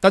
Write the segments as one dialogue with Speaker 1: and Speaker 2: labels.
Speaker 1: 大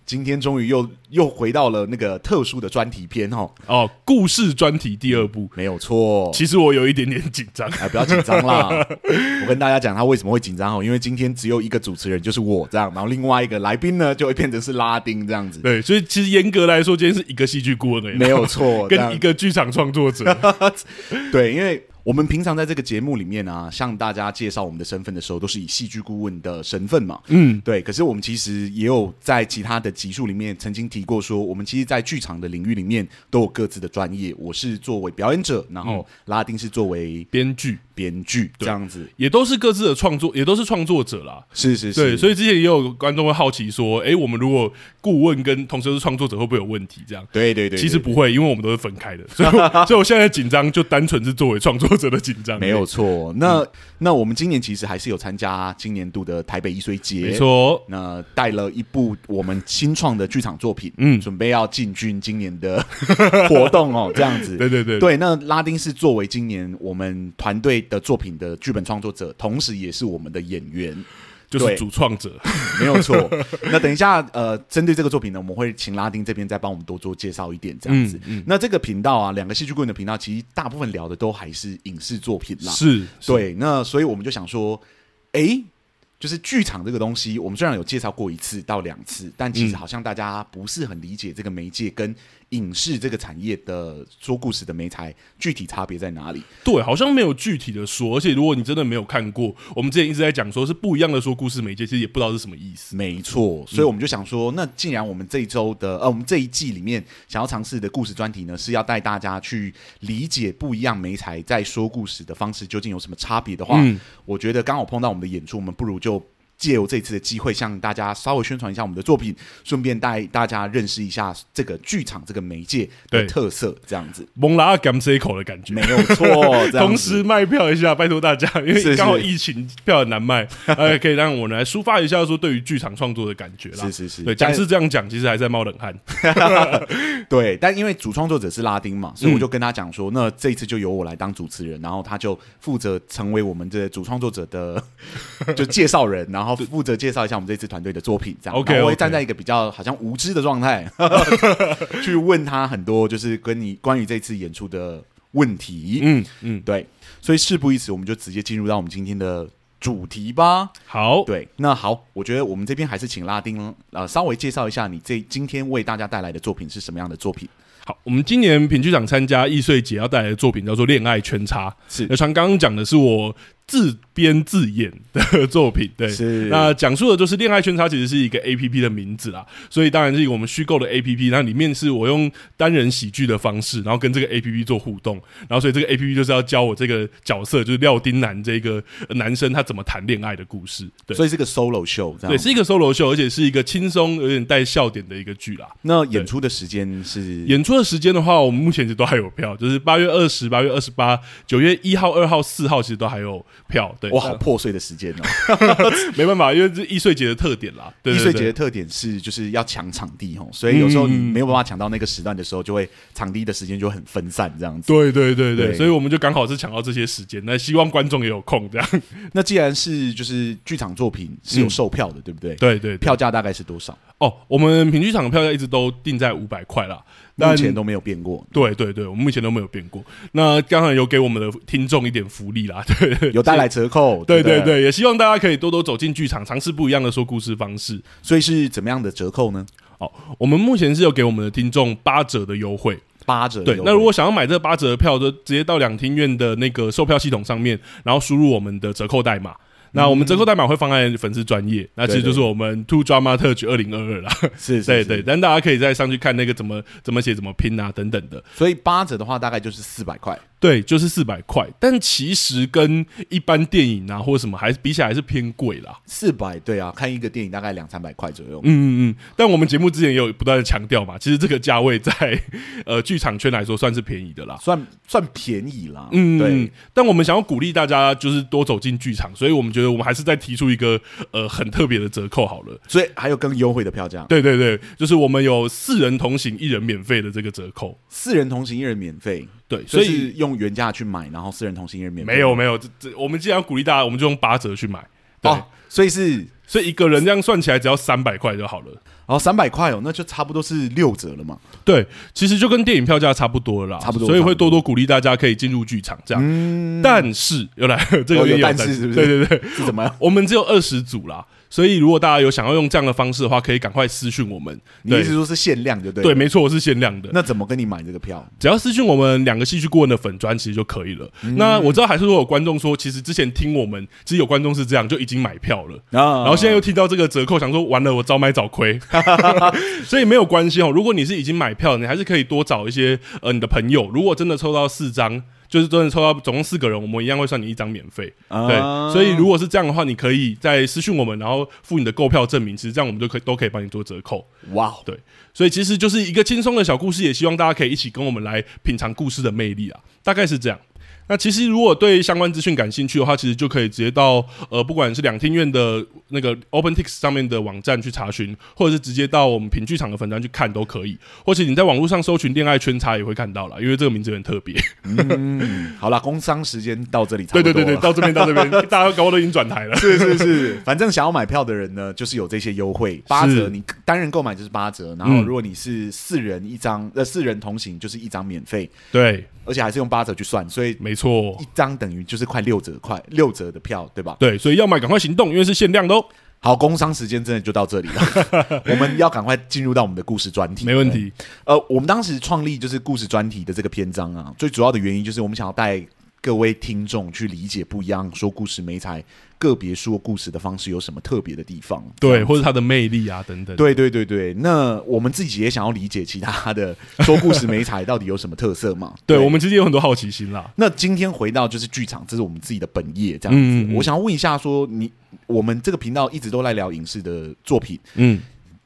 Speaker 1: 今天终于又又回到了那个特殊的专题篇哦，
Speaker 2: 哦！故事专题第二部，
Speaker 1: 没有错。
Speaker 2: 其实我有一点点紧张，
Speaker 1: 哎，不要紧张 啦！我跟大家讲，他为什么会紧张哦，因为今天只有一个主持人，就是我这样，然后另外一个来宾呢，就会变成是拉丁这样子，
Speaker 2: 对，所以其实严格来说，今天是一个戏剧顾问而已，
Speaker 1: 没有错。这样
Speaker 2: 跟一个剧场创作者，
Speaker 1: 对，因为我们平常在这个节目里面啊，向大家介绍我们的身份的时候，都是以戏剧顾问的身份嘛。
Speaker 2: 嗯，
Speaker 1: 对，可是我们其实也有在其他的集数里面曾经提过说，我们其实，在剧场的领域里面都有各自的专业。我是作为表演者，然
Speaker 2: 嗯
Speaker 1: 后拉丁是作为
Speaker 2: 编剧
Speaker 1: 编剧这样子。
Speaker 2: 也都是各自的创作，也都是创作者啦。
Speaker 1: 是是
Speaker 2: 对，
Speaker 1: 是，
Speaker 2: 所以之前也有观众会好奇说，诶，我们如果顾问跟同时是创作者，会不会有问题？这样。
Speaker 1: 对对对，
Speaker 2: 其实
Speaker 1: 对
Speaker 2: 不会，因为我们都是分开的，所以我 所以我现在紧张就单纯是作为创作者的紧张，
Speaker 1: 没有
Speaker 2: 嗯
Speaker 1: 错。那那我们今年其实还是有参加今年度的台北艺穗节，
Speaker 2: 没错，
Speaker 1: 那带了一部我们新创的剧场作品，嗯，
Speaker 2: 嗯
Speaker 1: 准备要进军今年的 活动 哦，这样子。
Speaker 2: 对对对
Speaker 1: 对，那拉丁是作为今年我们团队的作品的剧本创作者，同时也是我们的演员，
Speaker 2: 就是
Speaker 1: 对
Speaker 2: 主创者，
Speaker 1: 没有 错。那等一下，呃，针对这个作品呢，我们会请拉丁这边再帮我们多做介绍一点，这样子。
Speaker 2: 嗯
Speaker 1: 那这个频道啊，两个戏剧顾问的频道，其实大部分聊的都还是影视作品啦。
Speaker 2: 是，
Speaker 1: 对，那所以我们就想说，诶，就是剧场这个东西，我们虽然有介绍过一次到两次，但其实好像大家不是很理解这个媒介跟影视这个产业的说故事的媒材具体差别在哪里。
Speaker 2: 对，好像没有具体的说，而且如果你真的没有看过，我们之前一直在讲说是不一样的说故事媒介，其实也不知道是什么意思。
Speaker 1: 没错，所以
Speaker 2: 嗯
Speaker 1: 我们就想说，那既然我们这一周的呃，我们这一季里面想要尝试的故事专题呢，是要带大家去理解不一样媒材在说故事的方式究竟有什么差别的话，
Speaker 2: 嗯
Speaker 1: 我觉得刚好碰到我们的演出，我们不如就。借由这次的机会，向大家稍微宣传一下我们的作品，顺便带大家认识一下这个剧场这个媒介的
Speaker 2: 对
Speaker 1: 特色，这样子
Speaker 2: 蒙拉 gam 这一口的感觉
Speaker 1: 没。有错。这样
Speaker 2: 同
Speaker 1: 子
Speaker 2: 时卖票一下，拜托大家，因
Speaker 1: 是是
Speaker 2: 为刚好疫情票很难卖， 呃，可以让我们来抒发一下说对于剧场创作的感觉啦。
Speaker 1: 是是是
Speaker 2: 对，
Speaker 1: 但
Speaker 2: 讲是这样讲，其实还在冒冷汗。
Speaker 1: 对，但因为主创作者是拉丁嘛，所以我
Speaker 2: 嗯
Speaker 1: 就跟他讲说，那这一次就由我来当主持人，然后他就负责成为我们这主创作者的 就介绍人，然后负责介绍一下我们这次团队的作品，这样。
Speaker 2: OK，
Speaker 1: 然后我会
Speaker 2: OK
Speaker 1: 站在一个比较好像无知的状态， 去问他很多就是跟你关于这次演出的问题。
Speaker 2: 嗯嗯，
Speaker 1: 对，所以事不宜迟，我们就直接进入到我们今天的主题吧。
Speaker 2: 好，
Speaker 1: 对，那好，我觉得我们这边还是请拉丁呃稍微介绍一下你这今天为大家带来的作品是什么样的作品。
Speaker 2: 好，我们今年品剧场参加易碎节要带来的作品叫做《恋爱圈叉》，
Speaker 1: 是
Speaker 2: 那像刚刚讲的是我自编自演的作品，对，
Speaker 1: 是
Speaker 2: 那讲述的就是恋爱圈叉其实是一个 A P P 的名字啦，所以当然是一个我们虚构的 A P P，那里面是我用单人喜剧的方式，然后跟这个 A P P 做互动，然后所以这个 A P P 就是要教我这个角色就是廖丁男这个呃男生他怎么谈恋爱的故事，对。
Speaker 1: 所以是个 solo show，这样
Speaker 2: 对，是一个 solo 秀，而且是一个轻松、有点带笑点的一个剧啦。
Speaker 1: 那演出的时间是
Speaker 2: 演出的时间的话，我们目前其实都还有票，就是八月二十、八月二十八、九月一号、二号、四号，其实都还有票。对，
Speaker 1: 哇，好破碎的时间哦。
Speaker 2: 没办法，因为这是易碎节的特点啦。对
Speaker 1: 易
Speaker 2: 对
Speaker 1: 碎节
Speaker 2: 对
Speaker 1: 的特点是就是要抢场地哦，所以有时候你没有办法抢到那个时段的时候，就会场地的时间就会很分散这样子。
Speaker 2: 对对对对，
Speaker 1: 对
Speaker 2: 所以我们就刚好是抢到这些时间，那希望观众也有空这样。
Speaker 1: 那既然是就是剧场作品是有售票的，对不 对？
Speaker 2: 对对对
Speaker 1: 票价大概是多少？
Speaker 2: 哦，我们平剧场的票价一直都定在五百块啦，
Speaker 1: 目
Speaker 2: 但
Speaker 1: 前都没有变过，
Speaker 2: 对对对，我们目前都没有变过。那刚好有给我们的听众一点福利啦， 对对
Speaker 1: 有带来折扣。
Speaker 2: 对
Speaker 1: 不
Speaker 2: 对，对，也希望大家可以多多走进剧场，尝试不一样的说故事方式。
Speaker 1: 所以是怎么样的折扣呢？
Speaker 2: 哦，我们目前是有给我们的听众八折的优惠。
Speaker 1: 八折优
Speaker 2: 对
Speaker 1: 惠。，
Speaker 2: 那如果想要买这八折的票，就直接到两厅院的那个售票系统上面，然后输入我们的折扣代码。那
Speaker 1: 嗯
Speaker 2: 我们折扣代码会放在粉丝专业，那其实就是我们 Two Drama 特区二零二二啦。
Speaker 1: 是，是
Speaker 2: 对
Speaker 1: 是
Speaker 2: 对，但大家可以再上去看那个怎么怎么写、怎么拼啊等等的。
Speaker 1: 所以八折的话大概就是四百块，
Speaker 2: 对，就是四百块，但其实跟一般电影啊或者什么还是比起来还是偏贵啦。
Speaker 1: 四百对啊，看一个电影大概两三百块左右。
Speaker 2: 嗯嗯嗯，但我们节目之前也有不断的强调嘛，其实这个价位在呃剧场圈来说算是便宜的啦。
Speaker 1: 算算便宜啦，
Speaker 2: 嗯，
Speaker 1: 对，，
Speaker 2: 但我们想要鼓励大家就是多走进剧场，所以我们觉得我们还是再提出一个呃很特别的折扣好了。
Speaker 1: 所以还有更优惠的票价，
Speaker 2: 对对对，就是我们有四人同行一人免费的这个折扣。
Speaker 1: 四人同行一人免费，
Speaker 2: 对，所
Speaker 1: 所以
Speaker 2: 以
Speaker 1: 是用原价去买，然后四人同行一人免费，
Speaker 2: 没有没有，这这我们既然要鼓励大家，我们就用八折去买。对，
Speaker 1: 哦，所以是
Speaker 2: 所以一个人这样算起来只要三百块就好了。
Speaker 1: 哦三百块哦，那就差不多是六折了嘛。
Speaker 2: 对，其实就跟电影票价差不多了啦，
Speaker 1: 差不多嗯
Speaker 2: 所以会多多鼓励大家可以进入剧场这样。但是又来 这个
Speaker 1: 哦有
Speaker 2: 也
Speaker 1: 但是是不是
Speaker 2: 对对对，
Speaker 1: 是怎么样？
Speaker 2: 我们只有二十组啦，所以如果大家有想要用这样的方式的话，可以赶快私讯我们。
Speaker 1: 你意
Speaker 2: 对
Speaker 1: 思说是限量就对？
Speaker 2: 对，，没错，我是限量的。
Speaker 1: 那怎么跟你买这个票？
Speaker 2: 只要私信我们两个戏剧顾问的粉砖，其实就可以了。
Speaker 1: 嗯
Speaker 2: 那我知道还是会有观众说，其实之前听我们，其实有观众是这样，就已经买票了。
Speaker 1: 啊
Speaker 2: 然后现在又听到这个折扣，想说完了，我早买 早亏，所以没有关系哦。如果你是已经买票，你还是可以多找一些呃你的朋友。如果真的抽到四张，就是真的抽到总共四个人，我们一样会算你一张免费。对，
Speaker 1: 啊
Speaker 2: 所以如果是这样的话，你可以再私信我们，然后附你的购票证明，其实这样我们就可以都可以帮你做折扣。
Speaker 1: 哇哦，
Speaker 2: 所以其实就是一个轻松的小故事，也希望大家可以一起跟我们来品尝故事的魅力啊，大概是这样。那其实如果对相关资讯感兴趣的话，其实就可以直接到呃，不管是两厅院的呃那个 OpenTix 上面的网站去查询，或者是直接到我们品剧场的粉专去看都可以，或者你在网络上搜寻“恋爱圈差”也会看到啦，因为这个名字有点特别。
Speaker 1: 好啦，工商时间到这里差
Speaker 2: 对
Speaker 1: 不多
Speaker 2: 对
Speaker 1: 了。
Speaker 2: 对对，到这边到这边，大家搞我都已经转台了。
Speaker 1: 是是是，反正想要买票的人呢，就是有这些优惠，八折，你单人购买就是八折，然后
Speaker 2: 嗯
Speaker 1: 如果你是四人一张，呃，四人同行就是一张免费，
Speaker 2: 对，
Speaker 1: 而且还是用八折去算，所以
Speaker 2: 没错
Speaker 1: 一，张等于就是快六折，快六折的票，对吧？
Speaker 2: 对，所以要买赶快行动，因为是限量的哦。
Speaker 1: 好，工商时间真的就到这里了， 我们要赶快进入到我们的故事专题，
Speaker 2: 没问。题。
Speaker 1: 呃，我们当时创立就是故事专题的这个篇章啊，最主要的原因就是我们想要带各位听众去理解不一样说故事媒材个别说故事的方式有什么特别的地方。
Speaker 2: 对，或者它的魅力啊等等。
Speaker 1: 对对对对，那我们自己也想要理解其他的说故事媒材到底有什么特色嘛？
Speaker 2: 对，我们其实有很多好奇心啦。
Speaker 1: 那今天回到就是剧场，这是我们自己的本业这样子。
Speaker 2: 嗯嗯嗯
Speaker 1: 我想要问一下说你我们这个频道一直都在聊影视的作品，
Speaker 2: 嗯，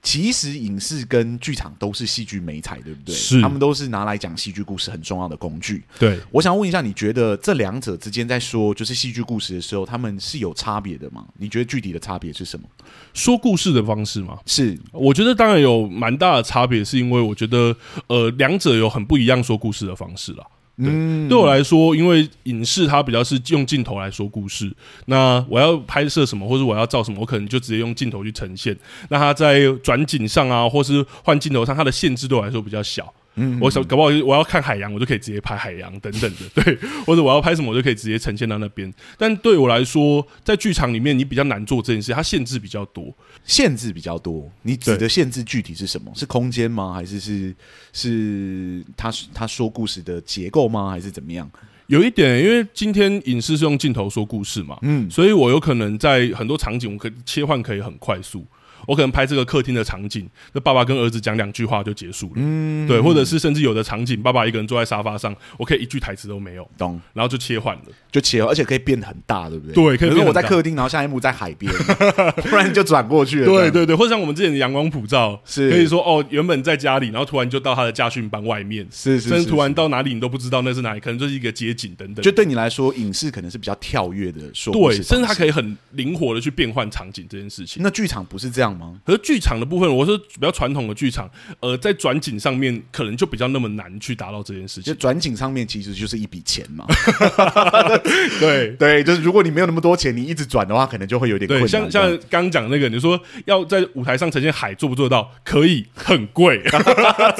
Speaker 1: 其实影视跟剧场都是戏剧媒材，对不对？
Speaker 2: 是
Speaker 1: 他们都是拿来讲戏剧故事很重要的工具。
Speaker 2: 对，
Speaker 1: 我想问一下，你觉得这两者之间在说就是戏剧故事的时候，他们是有差别的吗？你觉得具体的差别是什么？
Speaker 2: 说故事的方式嘛，
Speaker 1: 是
Speaker 2: 我觉得当然有蛮大的差别，是因为我觉得呃，两者有很不一样说故事的方式啦。
Speaker 1: 嗯，
Speaker 2: 对我来说，因为影视它比较是用镜头来说故事，那我要拍摄什么，或者我要照什么，我可能就直接用镜头去呈现。那它在转景上啊，或是换镜头上，它的限制对我来说比较小。嗯，我想搞不好我要看海洋，我就可以直接拍海洋等等的， 对，或者我要拍什么，我就可以直接呈现到那边。但对我来说，在剧场里面，你比较难做这件事，它限制比较多。
Speaker 1: 限制比较多。你指的
Speaker 2: 对
Speaker 1: 限制具体是什么？是空间吗？还是是是他他说故事的结构吗？还是怎么样？
Speaker 2: 有一点，因为今天影视是用镜头说故事嘛，
Speaker 1: 嗯，
Speaker 2: 所以我有可能在很多场景，我可切换可以很快速。我可能拍这个客厅的场景，那爸爸跟儿子讲两句话就结束了，嗯，对，或者是甚至有的场景，爸爸一个人坐在沙发上，我可以一句台词都没有，
Speaker 1: 懂？
Speaker 2: 然后就切换了。
Speaker 1: 就切换，而且可以变很大，对不对？
Speaker 2: 对可以变很大
Speaker 1: 比如说我在客厅，然后下一幕在海边， 突然就转过去了。
Speaker 2: 对
Speaker 1: 这样，
Speaker 2: 对对，或者像我们之前的阳光普照，
Speaker 1: 是
Speaker 2: 可以说哦，原本在家里，然后突然就到他的家训班外面，
Speaker 1: 是是
Speaker 2: 甚
Speaker 1: 是
Speaker 2: 至突然
Speaker 1: 是
Speaker 2: 到哪里你都不知道那是哪里，可能就是一个街景等等。
Speaker 1: 就对你来说，影视可能是比较跳跃的说故
Speaker 2: 对，
Speaker 1: 事方式，
Speaker 2: 甚至他可以很灵活的去变换场景这件事情。
Speaker 1: 那剧场不是这样吗？
Speaker 2: 可是剧场的部分，我说比较传统的剧场，呃，在转景上面可能就比较那么难去达到这件事
Speaker 1: 就
Speaker 2: 情。
Speaker 1: 转景上面其实就是一笔钱 嘛，
Speaker 2: 对
Speaker 1: 对，就是如果你没有那么多钱，你一直转的话，可能就会有点困
Speaker 2: 对，
Speaker 1: 难。
Speaker 2: 像
Speaker 1: 这样
Speaker 2: 像刚讲那个，你说要在舞台上呈现海，做不做得到？可以，很贵。
Speaker 1: 啊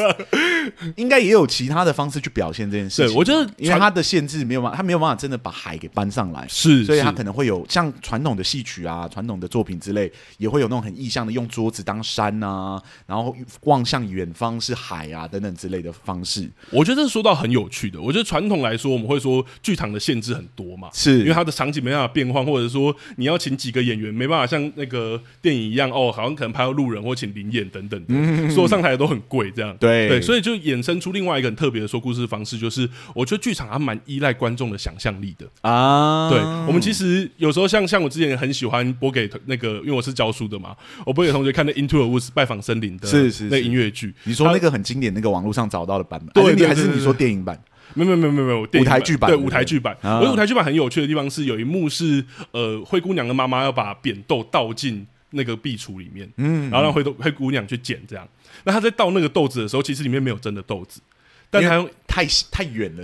Speaker 1: 应该也有其他的方式去表现这件事
Speaker 2: 对，
Speaker 1: 情。
Speaker 2: 我觉得
Speaker 1: 因为它的限制没有办法，它没有办法真的把海给搬上来，
Speaker 2: 是，
Speaker 1: 所以
Speaker 2: 是
Speaker 1: 它可能会有像传统的戏曲啊、传统的作品之类，也会有那种很意象的用桌子当山啊，然后望向远方是海啊等等之类的方式。
Speaker 2: 我觉得这说到很有趣的。我觉得传统来说，我们会说剧场的限制很多嘛，
Speaker 1: 是
Speaker 2: 因为它的场景没办法变换，或者说你要请几个演员，没办法像那个电影一样哦，好像可能拍到路人或请灵演等等
Speaker 1: 嗯
Speaker 2: 的，所有上台的都很贵，这样
Speaker 1: 对
Speaker 2: 对，所以就衍生出另外一个很特别的说故事方式，就是我觉得剧场它蛮依赖观众的想象力的。
Speaker 1: 啊，
Speaker 2: 对，我们其实有时候像像我之前很喜欢播给那个，因为我是教书的嘛，我播给同学看的《Into the Woods》拜访森林的，
Speaker 1: 是是
Speaker 2: 那
Speaker 1: 是
Speaker 2: 音乐剧。
Speaker 1: 你说那个很经典，那个网络上找到的版本，
Speaker 2: 对
Speaker 1: 还是你
Speaker 2: 对对
Speaker 1: 还是
Speaker 2: 对
Speaker 1: 你说电影版？
Speaker 2: 没有没有没有没有没有，我电影
Speaker 1: 舞台剧版
Speaker 2: 对
Speaker 1: 对
Speaker 2: 舞台剧版。
Speaker 1: 啊
Speaker 2: 我觉得舞台剧版很有趣的地方是，有一幕是呃，灰姑娘的妈妈要把扁豆倒进那个壁橱里面，嗯，然后让灰豆灰姑娘去捡这样。那她在倒那个豆子的时候，其实里面没有真的豆子，但
Speaker 1: 因
Speaker 2: 她
Speaker 1: 为
Speaker 2: 用
Speaker 1: 太太远了，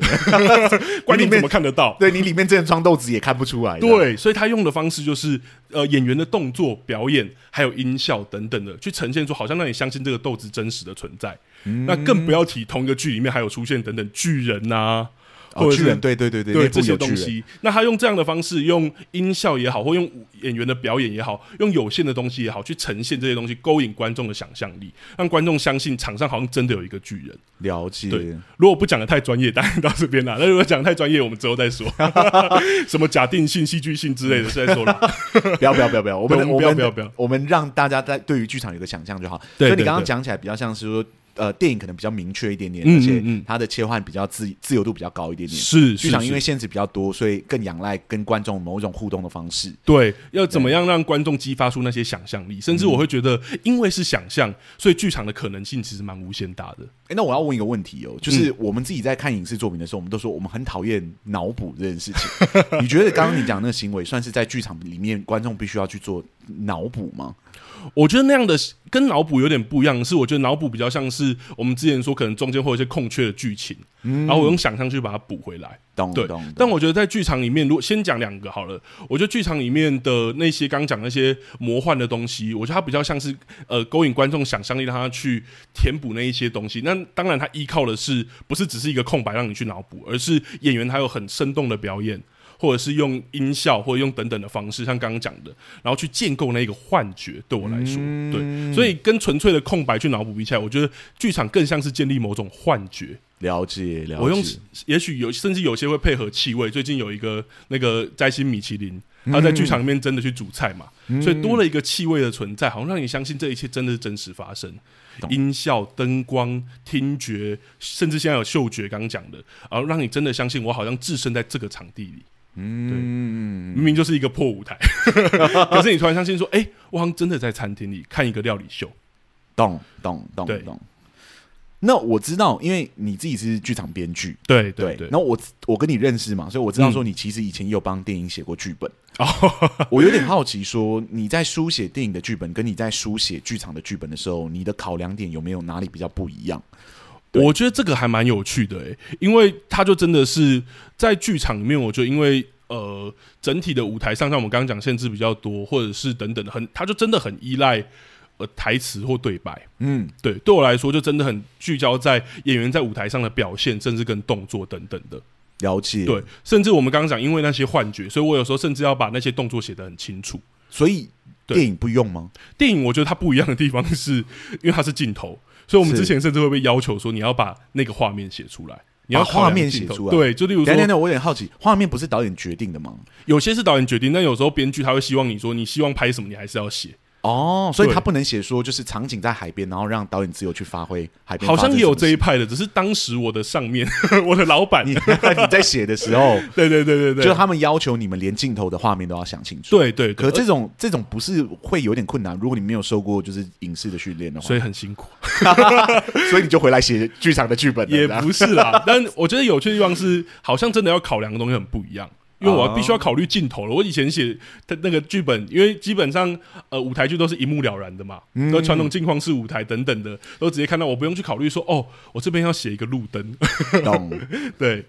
Speaker 2: 观
Speaker 1: 里面
Speaker 2: 众怎么看得到？
Speaker 1: 对你里面真的装豆子也看不出来。
Speaker 2: 对，所以他用的方式就是呃演员的动作、表演，还有音效等等的，去呈现出好像让你相信这个豆子真实的存在。那更不要提同一个剧里面还有出现等等巨人呐、啊，
Speaker 1: 哦，
Speaker 2: 或者
Speaker 1: 巨
Speaker 2: 是
Speaker 1: 人，对对对对，
Speaker 2: 对
Speaker 1: 那部
Speaker 2: 这些
Speaker 1: 有巨
Speaker 2: 东
Speaker 1: 人，
Speaker 2: 西。那他用这样的方式，用音效也好，或用演员的表演也好，用有限的东西也好，去呈现这些东西，勾引观众的想象力，让观众相信场上好像真的有一个巨人。
Speaker 1: 了解
Speaker 2: 对。如果不讲的太专业，当然到这边啦。那如果讲得太专业，我们之后再说， 什么假定性、戏剧性之类的，再说
Speaker 1: 嗯
Speaker 2: 啦。
Speaker 1: 不要不要不要不要，我
Speaker 2: 对
Speaker 1: 们
Speaker 2: 我们不要
Speaker 1: 们
Speaker 2: 不要不要，
Speaker 1: 我们让大家在对于剧场有个想象就好。所
Speaker 2: 对
Speaker 1: 以你
Speaker 2: 对
Speaker 1: 刚刚
Speaker 2: 对
Speaker 1: 讲起来比较像是说，呃，电影可能比较明确一点点，
Speaker 2: 嗯
Speaker 1: 而且
Speaker 2: 嗯嗯
Speaker 1: 它的切换比较自自由度比较高一点点。
Speaker 2: 是
Speaker 1: 剧场因为限制比较多，所以更仰赖跟观众某种互动的方式。
Speaker 2: 对，要怎么样让观众激发出那些想象力？甚至
Speaker 1: 嗯
Speaker 2: 我会觉得，因为是想象，所以剧场的可能性其实蛮无限大的。
Speaker 1: 诶那我要问一个问题哦，
Speaker 2: 嗯
Speaker 1: 就是我们自己在看影视作品的时候，我们都说我们很讨厌脑补这件事情。 你觉得刚刚你讲那个行为，算是在剧场里面观众必须要去做脑补吗？
Speaker 2: 我觉得那样的跟脑补有点不一样，是我觉得脑补比较像是我们之前说，可能中间会有一些空缺的剧情，然后我用想象去把它补回来。
Speaker 1: 懂
Speaker 2: 对
Speaker 1: 懂。懂
Speaker 2: 但我觉得在剧场里面，如果先讲两个好了，我觉得剧场里面的那些刚讲那些魔幻的东西，我觉得它比较像是呃勾引观众想象力，让他去填补那一些东西。那当然，它依靠的是不是只是一个空白让你去脑补，而是演员他有很生动的表演。或者是用音效，或者用等等的方式，像刚刚讲的，然后去建构那个幻觉。对我来说，对，所以跟纯粹的空白去脑补比起来，我觉得剧场更像是建立某种幻觉。
Speaker 1: 了解了解。
Speaker 2: 我用，也许有，甚至有些会配合气味。最近有一个那个摘星米其林，
Speaker 1: 嗯
Speaker 2: 他在剧场里面真的去煮菜嘛，所以多了一个气味的存在，好像让你相信这一切真的是真实发生。音效、灯光、听觉，甚至现在有嗅觉，刚刚讲的，然后让你真的相信我好像置身在这个场地里。
Speaker 1: 嗯，
Speaker 2: 明明就是一个破舞台， 可是你突然相信说，哎、我好像真的在餐厅里看一个料理秀。
Speaker 1: 懂懂懂
Speaker 2: 对
Speaker 1: 懂。那我知道，因为你自己是剧场编剧，
Speaker 2: 对
Speaker 1: 对
Speaker 2: 对对，嗯
Speaker 1: 然后我我跟你认识嘛，所以我知道说你其实以前有帮电影写过剧本。
Speaker 2: 哦，
Speaker 1: 我有点好奇说，你在书写电影的剧本，跟你在书写剧场的剧本的时候，你的考量点有没有哪里比较不一样？对
Speaker 2: 我觉得这个还蛮有趣的、欸，因为它就真的是在剧场里面，我觉得因为呃整体的舞台上，像我们刚刚讲限制比较多，或者是等等的，很，它就真的很依赖呃台词或对白。
Speaker 1: 嗯，
Speaker 2: 对，对我来说就真的很聚焦在演员在舞台上的表现，甚至跟动作等等的。
Speaker 1: 了解。
Speaker 2: 对，，甚至我们刚刚讲，因为那些幻觉，所以我有时候甚至要把那些动作写得很清楚。
Speaker 1: 所以
Speaker 2: 对
Speaker 1: 电影不用吗？
Speaker 2: 电影我觉得它不一样的地方是， 因为它是镜头，所以我们
Speaker 1: 是
Speaker 2: 之前甚至会被要求说你要把那个画面写出来，你要
Speaker 1: 把画
Speaker 2: 考量
Speaker 1: 面
Speaker 2: 镜头
Speaker 1: 写出来
Speaker 2: 对，就例如
Speaker 1: 等一下等一下，
Speaker 2: 说，哦
Speaker 1: 我有点好奇，画面不是导演决定的吗？
Speaker 2: 有些是导演决定，但有时候编剧他会希望你说你希望拍什么，你还是要写。
Speaker 1: 哦，所以
Speaker 2: 对
Speaker 1: 他不能写说就是场景在海边，然后让导演自由去发挥海边
Speaker 2: 好
Speaker 1: 发生什么事。
Speaker 2: 像也有这一派的，只是当时我的上面， 我的老板
Speaker 1: 你， 你在写的时候，
Speaker 2: 对对对对
Speaker 1: 就
Speaker 2: 对，
Speaker 1: 他们要求你们连镜头的画面都要想清楚。，
Speaker 2: 对对，对
Speaker 1: 可这种这种不是会有点困难？如果你没有受过就是影视的训练的话，
Speaker 2: 所以很辛苦，
Speaker 1: 所以你就回来写剧场的剧本了。
Speaker 2: 也
Speaker 1: 这样
Speaker 2: 不是啦。但我觉得有趣的地方是，好像真的要考量的东西很不一样。因为我
Speaker 1: 哦
Speaker 2: 必须要考虑镜头了。我以前写的那个剧本，因为基本上呃舞台剧都是一目了然的嘛，都传统镜框式舞台等等的，都直接看到，我不用去考虑说哦，我这边要写一个路灯，
Speaker 1: 懂
Speaker 2: 对，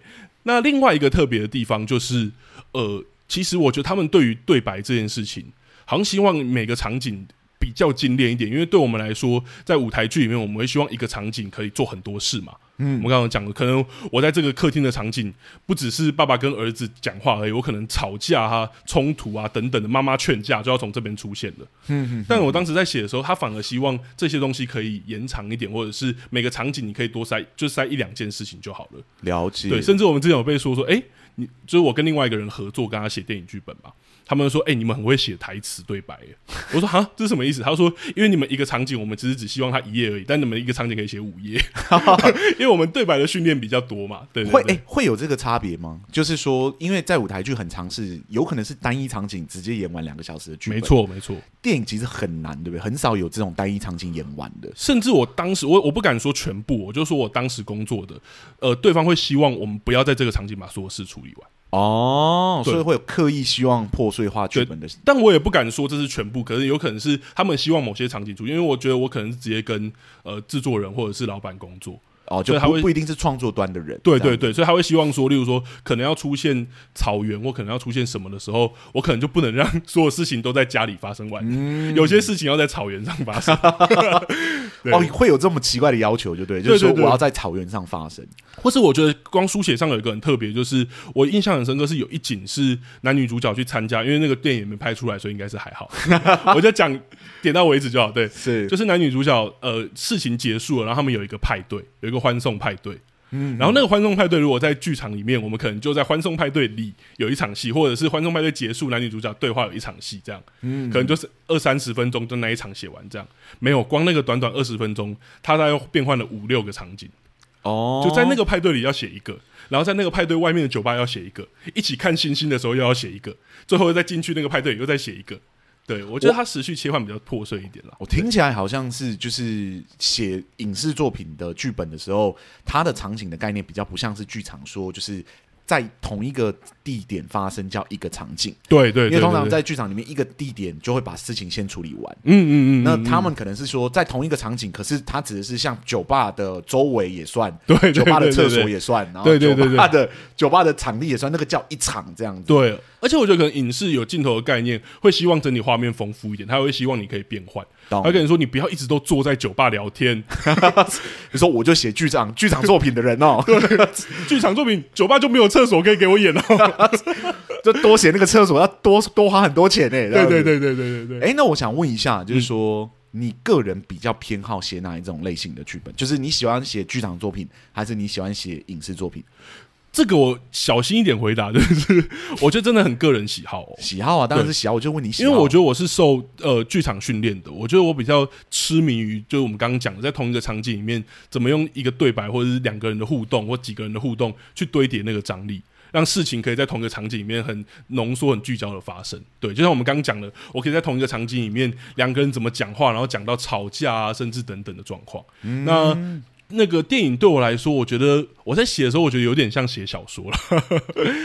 Speaker 2: 那另外一个特别的地方就是，呃，其实我觉得他们对于对白这件事情，好像希望每个场景比较精炼一点，因为对我们来说，在舞台剧里面，我们会希望一个场景可以做很多事嘛。嗯，我们刚刚讲的，可能我在这个客厅的场景，不只是爸爸跟儿子讲话而已，我可能吵架啊、冲突啊等等的，妈妈劝架就要从这边出现了。嗯，但我当时在写的时候，他反而希望这些东西可以延长一点，或者是每个场景你可以多塞，就塞一两件事情就好了。
Speaker 1: 了解，
Speaker 2: 对，甚至我们之前有被说说，哎、你就是我跟另外一个人合作，跟他写电影剧本嘛。他们说：“哎、你们很会写台词对白。”耶。我说：“哈，这是什么意思？”他说：“因为你们一个场景，我们其实只希望他一页而已，但你们一个场景可以写五页， 因为我们对白的训练比较多嘛。”对对
Speaker 1: 会
Speaker 2: 对
Speaker 1: 诶、会有这个差别吗？就是说，因为在舞台剧很尝试，有可能是单一场景直接演完两个小时的剧本，
Speaker 2: 没。错没错。
Speaker 1: 电影其实很难，对不对？很少有这种单一场景演完的。
Speaker 2: 甚至我当时，我我不敢说全部，我就说我当时工作的，呃，对方会希望我们不要在这个场景把所有事处理完。
Speaker 1: 哦，
Speaker 2: 对
Speaker 1: 所以会有刻意希望破碎化剧本的
Speaker 2: 但我也不敢说这是全部，可是有可能是他们希望某些场景出，因为我觉得我可能是直接跟呃制作人或者是老板工作，
Speaker 1: 哦，就
Speaker 2: 对他
Speaker 1: 不
Speaker 2: 会
Speaker 1: 不一定是创作端的人。
Speaker 2: 对
Speaker 1: 这样
Speaker 2: 对，对，所以他会希望说，例如说可能要出现草原或可能要出现什么的时候，我可能就不能让所有事情都在家里发生完，
Speaker 1: 嗯
Speaker 2: 有些事情要在草原上发生，对
Speaker 1: 哦，会有这么奇怪的要求，就对，就
Speaker 2: 对
Speaker 1: 是说
Speaker 2: 对对
Speaker 1: 我要在草原上发生。
Speaker 2: 或是我觉得光书写上有一个很特别，就是我印象很深刻是有一景是男女主角去参加，因为那个电影没拍出来，所以应该是还好， 我就讲点到为止就好，对。
Speaker 1: 是
Speaker 2: 就是男女主角呃事情结束了，然后他们有一个派对，有一个欢送派对。嗯，然后那个欢送派对，如果在剧场里面，我们可能就在欢送派对里有一场戏，或者是欢送派对结束，男女主角对话有一场戏，这样，嗯，可能就是二三十分钟，就那一场写完这样。没有，光那个短短二十分钟，他大概变换了五六个场景，
Speaker 1: 哦，
Speaker 2: 就在那个派对里要写一个，然后在那个派对外面的酒吧要写一个，一起看星星的时候又要写一个，最后再进去那个派对又再写一个。对，我觉得他时序切换比较破碎一点啦。
Speaker 1: 我听起来好像是就是写影视作品的剧本的时候，它的场景的概念比较不像是剧场说，就是在同一个地点发生叫一个场景，
Speaker 2: 对对，
Speaker 1: 因为
Speaker 2: 对
Speaker 1: 通常
Speaker 2: 对
Speaker 1: 在剧场里面一个地点就会把事情先处理完。
Speaker 2: 嗯嗯嗯，
Speaker 1: 那他们可能是说在同一个场景，可是它只是像酒吧的周围也算，
Speaker 2: 对对
Speaker 1: 酒吧的
Speaker 2: 对
Speaker 1: 厕
Speaker 2: 对
Speaker 1: 所
Speaker 2: 对
Speaker 1: 也算，然后
Speaker 2: 对对
Speaker 1: 酒
Speaker 2: 对对
Speaker 1: 吧的酒吧的场地也算，那个叫一场这样子。
Speaker 2: 对，而且我觉得可能影视有镜头的概念，会希望整体画面丰富一点，他会希望你可以变换，
Speaker 1: 懂
Speaker 2: 他跟你说你不要一直都坐在酒吧聊天，
Speaker 1: 你说我就写剧场剧场作品的人哦，
Speaker 2: 剧场作品酒吧就没有厕所可以给我演了、
Speaker 1: 就多写那个厕所要多多花很多钱呢。这
Speaker 2: 对
Speaker 1: 样子
Speaker 2: 对对对对对对，嗯
Speaker 1: 哎，那我想问一下，就是说、你个人比较偏好写哪一种类型的剧本？就是你喜欢写剧场作品，还是你喜欢写影视作品？
Speaker 2: 这个我小心一点回答，就是我觉得真的很个人喜好哦。
Speaker 1: 喜好啊，当然是喜好。我就问你喜
Speaker 2: 因
Speaker 1: 好，
Speaker 2: 为我觉
Speaker 1: 得
Speaker 2: 得我是受呃剧场训练的，我觉得我比较痴迷于就是我们刚刚讲的，在同一个场景里面，怎么用一个对白或者是两个人的互动或几个人的互动去堆叠那个张力，让事情可以在同一个场景里面很浓缩、很聚焦的发生。对，就像我们刚刚讲的，我可以在同一个场景里面，两个人怎么讲话，然后讲到吵架啊，甚至等等的状况。那那个电影对我来说，我觉得我在写的时候，我觉得有点像写小说了。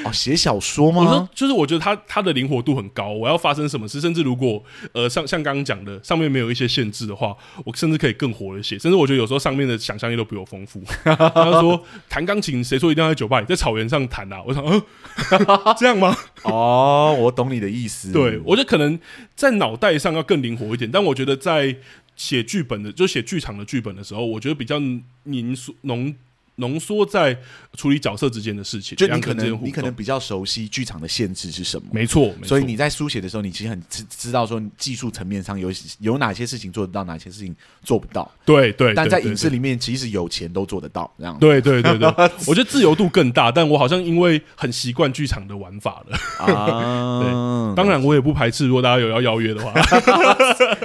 Speaker 1: 哦，写小说
Speaker 2: 我说
Speaker 1: 吗？，
Speaker 2: 就是我觉得它它的灵活度很高，我要发生什么事，甚至如果呃像像刚刚讲的上面没有一些限制的话，我甚至可以更活了写，甚至我觉得有时候上面的想象力都比我 丰富。他就说弹钢琴，谁说一定要在酒吧里，在草原上弹啊？我想，嗯、 这样吗？
Speaker 1: 哦，我懂你的意思。
Speaker 2: 对，我觉得可能在脑袋上要更灵活一点，但我觉得在写剧本的，就写剧场的剧本的时候，我觉得比较凝缩浓浓缩在处理角色之间的事情，
Speaker 1: 就
Speaker 2: 两
Speaker 1: 你
Speaker 2: 个
Speaker 1: 可
Speaker 2: 人之间
Speaker 1: 能
Speaker 2: 互
Speaker 1: 你可
Speaker 2: 动
Speaker 1: 能比较熟悉剧场的限制是什么。
Speaker 2: 没错，没错
Speaker 1: 所以你在书写的时候，你其实很知知道说技术层面上有有哪些事情做得到，哪些事情做不到。
Speaker 2: 对对，
Speaker 1: 但
Speaker 2: 对
Speaker 1: 在
Speaker 2: 对
Speaker 1: 影
Speaker 2: 对
Speaker 1: 视里面，其实有钱都做得到这样子
Speaker 2: 对对对对， 我觉得自由度更大，但我好像因为很习惯剧场的玩法了。
Speaker 1: 啊。
Speaker 2: 当然，我也不排斥，如果大家有要邀约的话，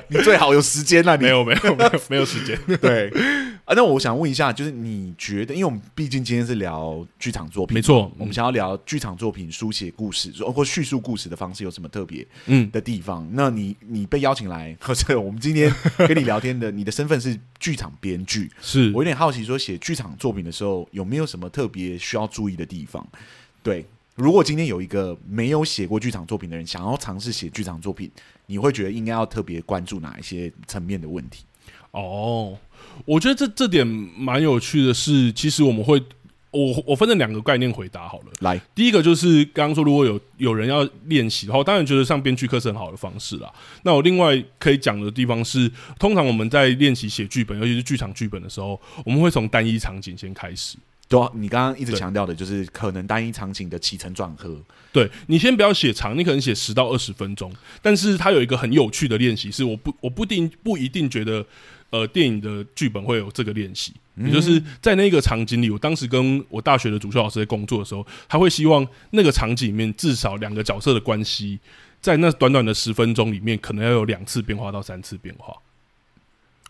Speaker 1: 你最好有时间啊了，你
Speaker 2: 没有没 有没有没有时间。
Speaker 1: 对 啊，那我想问一下，就是你觉得，因为我们毕竟今天是聊剧场作品，
Speaker 2: 没错嗯
Speaker 1: 我们想要聊剧场作品书写故事说哦或叙述故事的方式有什么特别
Speaker 2: 嗯，
Speaker 1: 的地方？那你你被邀请来，或者我们今天跟你聊天的，你的身份是剧场编剧，
Speaker 2: 是
Speaker 1: 我有点好奇，说写剧场作品的时候有没有什么特别需要注意的地方？对，如果今天有一个没有写过剧场作品的人想要尝试写剧场作品，你会觉得应该要特别关注哪一些层面的问题？
Speaker 2: 哦。我觉得这这点蛮有趣的是，其实我们会我我分成两个概念回答好了。
Speaker 1: 来，
Speaker 2: 第一个就是刚刚说，如果有有人要练习的话，我当然觉得上编剧课是很好的方式啦。那我另外可以讲的地方是，通常我们在练习写剧本，尤其是剧场剧本的时候，我们会从单一场景先开始。
Speaker 1: 对啊，你刚刚一直
Speaker 2: 对
Speaker 1: 强调的就是可能单一场景的起承转合，
Speaker 2: 对你先不要写长，你可能写十到二十分钟，但是它有一个很有趣的练习，是我不我不定不一定觉得，呃，电影的剧本会有这个练习，也
Speaker 1: 嗯
Speaker 2: 就是在那个场景里，我当时跟我大学的主修老师在工作的时候，他会希望那个场景里面至少两个角色的关系，在那短短的十分钟里面，可能要有两次变化到三次变化。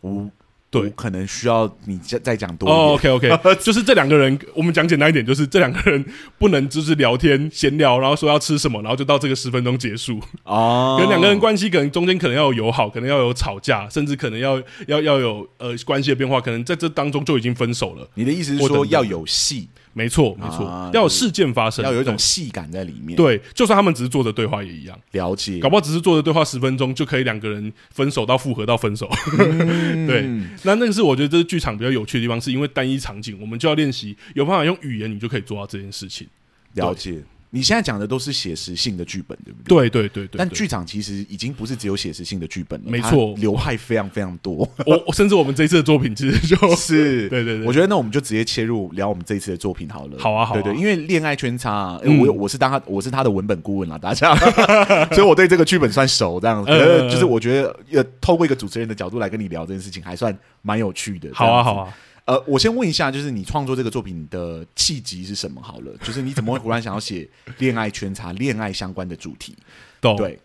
Speaker 1: 我
Speaker 2: 对
Speaker 1: 我可能需要你再再讲多一点。
Speaker 2: 哦、o k OK，就是这两个人，我们讲简单一点，就是这两个人不能就是聊天闲聊，然后说要吃什么，然后就到这个十分钟结束。
Speaker 1: 哦，
Speaker 2: 跟两个人关系可能中间可能要有友好，可能要有吵架，甚至可能要要要有呃关系的变化，可能在这当中就已经分手了。
Speaker 1: 你的意思是
Speaker 2: 或等
Speaker 1: 说
Speaker 2: 等
Speaker 1: 要有戏，
Speaker 2: 没错，没错，
Speaker 1: 啊
Speaker 2: 要有事件发生，
Speaker 1: 要有一种戏感在里面。，
Speaker 2: 对，对就算他们只是坐着对话也一样，
Speaker 1: 了解
Speaker 2: 搞。不好只是坐着对话十分钟就可以两个人分手到复合到分手。
Speaker 1: 嗯
Speaker 2: 对，那那个是我觉得这是剧场比较有趣的地方，是因为单一场景，我们就要练习有办法用语言，你就可以做到这件事情。
Speaker 1: 了解。你现在讲的都是写实性的剧本，对不对？
Speaker 2: 对对对对，
Speaker 1: 但
Speaker 2: 对
Speaker 1: 剧场其实已经不是只有写实性的剧本了，
Speaker 2: 没错
Speaker 1: 它流派非常非常多。
Speaker 2: 我我甚至我们这一次的作品其实就
Speaker 1: 是，
Speaker 2: 对对对
Speaker 1: 我觉得那我们就直接切入聊我们这一次的作品好了。
Speaker 2: 好啊好啊
Speaker 1: 对对，因为恋爱圈差，呃
Speaker 2: 嗯
Speaker 1: 我有我是当他我是他的文本顾问啦，大家， 所以我对这个剧本算熟，这样子。
Speaker 2: 嗯
Speaker 1: 可
Speaker 2: 嗯
Speaker 1: 是就是我觉得，呃，透过一个主持人的角度来跟你聊这件事情，还算蛮有趣的。
Speaker 2: 好啊好
Speaker 1: 啊。
Speaker 2: 啊。
Speaker 1: 呃，我先问一下，就是你创作这个作品的契机是什么？好了，就是你怎么会忽然想要写恋爱圈差、恋爱相关的主题？
Speaker 2: 懂，
Speaker 1: 对，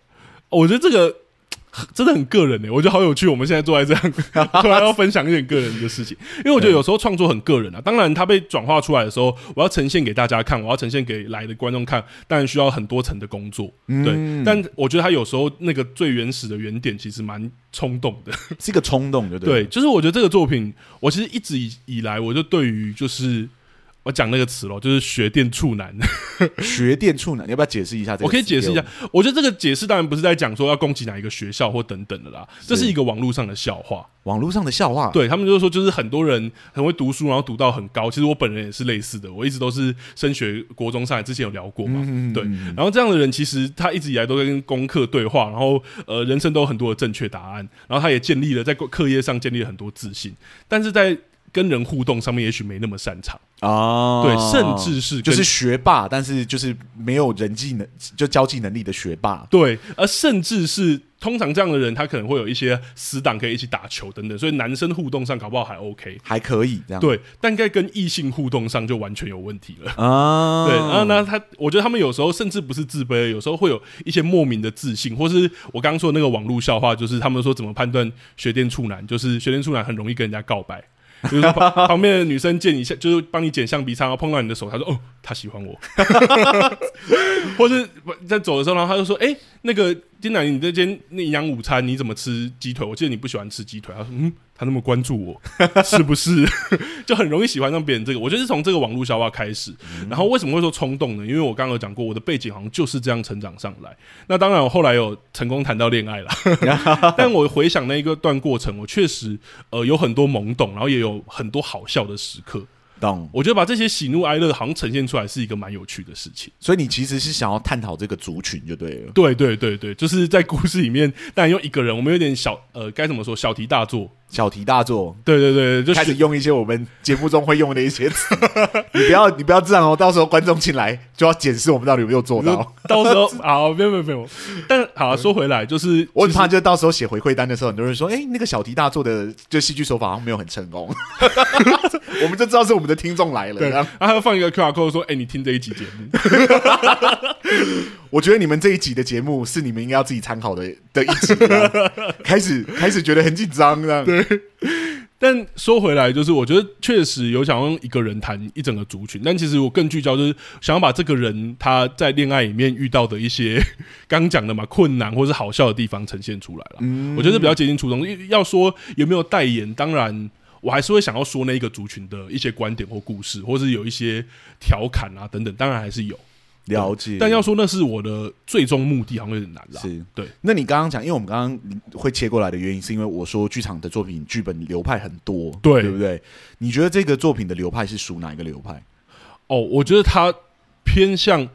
Speaker 2: 我觉得这个真的很个人欸呢、我觉得好有趣。我们现在坐在这样， 突然要分享一点个人的事情，因为我觉得有时候创作很个人啊。当然，它被转化出来的时候，我要呈现给大家看，我要呈现给来的观众看，当然需要很多层的工作。对，但我觉得它有时候那个最原始的原点其实蛮冲动的。
Speaker 1: 是一个冲动，对不
Speaker 2: 对，？就是我觉得这个作品，我其实一直以以来，我就对于就是。我讲那个词咯，就是学电处男。
Speaker 1: 学电处男，你要不要解释一下这个？
Speaker 2: 嗯我可以解释一下，，我觉得这个解释当然不是在讲说要攻击哪一个学校或等等的啦，这是一个网络上的笑话。
Speaker 1: 网络上的笑话，
Speaker 2: 对他们就是说，就是很多人很会读书，然后读到很高。其实我本人也是类似的，我一直都是升学国中上来，之前有聊过嘛。
Speaker 1: 嗯
Speaker 2: 对，然后这样的人其实他一直以来都在跟功课对话，然后呃，人生都有很多的正确答案，然后他也建立了在课业上建立了很多自信，但是在跟人互动上面也许没那么擅长，
Speaker 1: 啊，
Speaker 2: 对，甚至是
Speaker 1: 就
Speaker 2: 跟
Speaker 1: 是学霸，但是就是没有人际能就交际能力的学霸。
Speaker 2: 对，而甚至是通常这样的人，他可能会有一些死党可以一起打球等等，所以男生互动上搞不好还 OK。
Speaker 1: 还可以这样
Speaker 2: 对，但在跟异性互动上就完全有问题了。
Speaker 1: 啊，
Speaker 2: 对，然后呢，他我觉得他们有时候甚至不是自卑，有时候会有一些莫名的自信，或是我刚刚说的那个网络笑话，就是他们说怎么判断学电处男，就是学电处男很容易跟人家告白。 就是说旁旁边的女生见你下，就是帮你剪橡皮擦，然后碰到你的手，她说：“哦，她喜欢我。” 或是在走的时候，然后她就说：“哎、那个金乃，你这间那营养午餐你怎么吃鸡腿？我记得你不喜欢吃鸡腿。”她说：“嗯，她那么关注我，是不是？” 就很容易喜欢上别人这个。我觉得是从这个网络笑话开始。然后为什么会说冲动呢？因为我刚刚有讲过，我的背景好像就是这样成长上来。那当然，我后来有成功谈到恋爱啦， 但我回想那一个段过程，我确实呃有很多懵懂，然后也有很多好笑的时刻。
Speaker 1: 懂。
Speaker 2: 我觉得把这些喜怒哀乐好像呈现出来，是一个蛮有趣的事情。
Speaker 1: 所以你其实是想要探讨这个族群就对了。
Speaker 2: 对对对对，就是在故事里面，当然用一个人，我们有点小呃该怎么说小题大做。
Speaker 1: 小题大做，
Speaker 2: 对对对，就
Speaker 1: 开始
Speaker 2: 是
Speaker 1: 用一些我们节目中会用的一些词。 你不要，你不要这样哦，到时候观众进来就要检视我们到底有没有做到。
Speaker 2: 到时 候好，没有没有没有，但好啊说回来就是，
Speaker 1: 我很怕，就到时候写回馈单的时候，很多人说：“哎，那个小题大做的就戏剧手法好像没有很成 功。”我们就知道是我们的听众来了。
Speaker 2: 对，
Speaker 1: 这样
Speaker 2: 然啊后他会放一个 QR code 说：“哎、你听这一集节目。”
Speaker 1: 我觉得你们这一集的节目是你们应该要自己参考的的一集啊，开始开始觉得很紧张这样。对，
Speaker 2: 但说回来，就是我觉得确实有想用一个人谈一整个族群，但其实我更聚焦就是想要把这个人他在恋爱里面遇到的一些 刚讲的嘛困难或是好笑的地方呈现出来了。我觉得比较接近初衷。因为要说有没有代言，当然我还是会想要说那一个族群的一些观点或故事，或是有一些调侃啊等等，当然还是有。
Speaker 1: 了解
Speaker 2: 但要说那是我的最终目的，好像有点难啦。
Speaker 1: 是
Speaker 2: 对。
Speaker 1: 那你刚刚讲，因为我们刚刚会切过来的原因，是因为我说剧场的作品剧本流派很多，
Speaker 2: 对
Speaker 1: 对不对？你觉得这个作品的流派是属哪一个流派？
Speaker 2: 哦，我觉得它偏向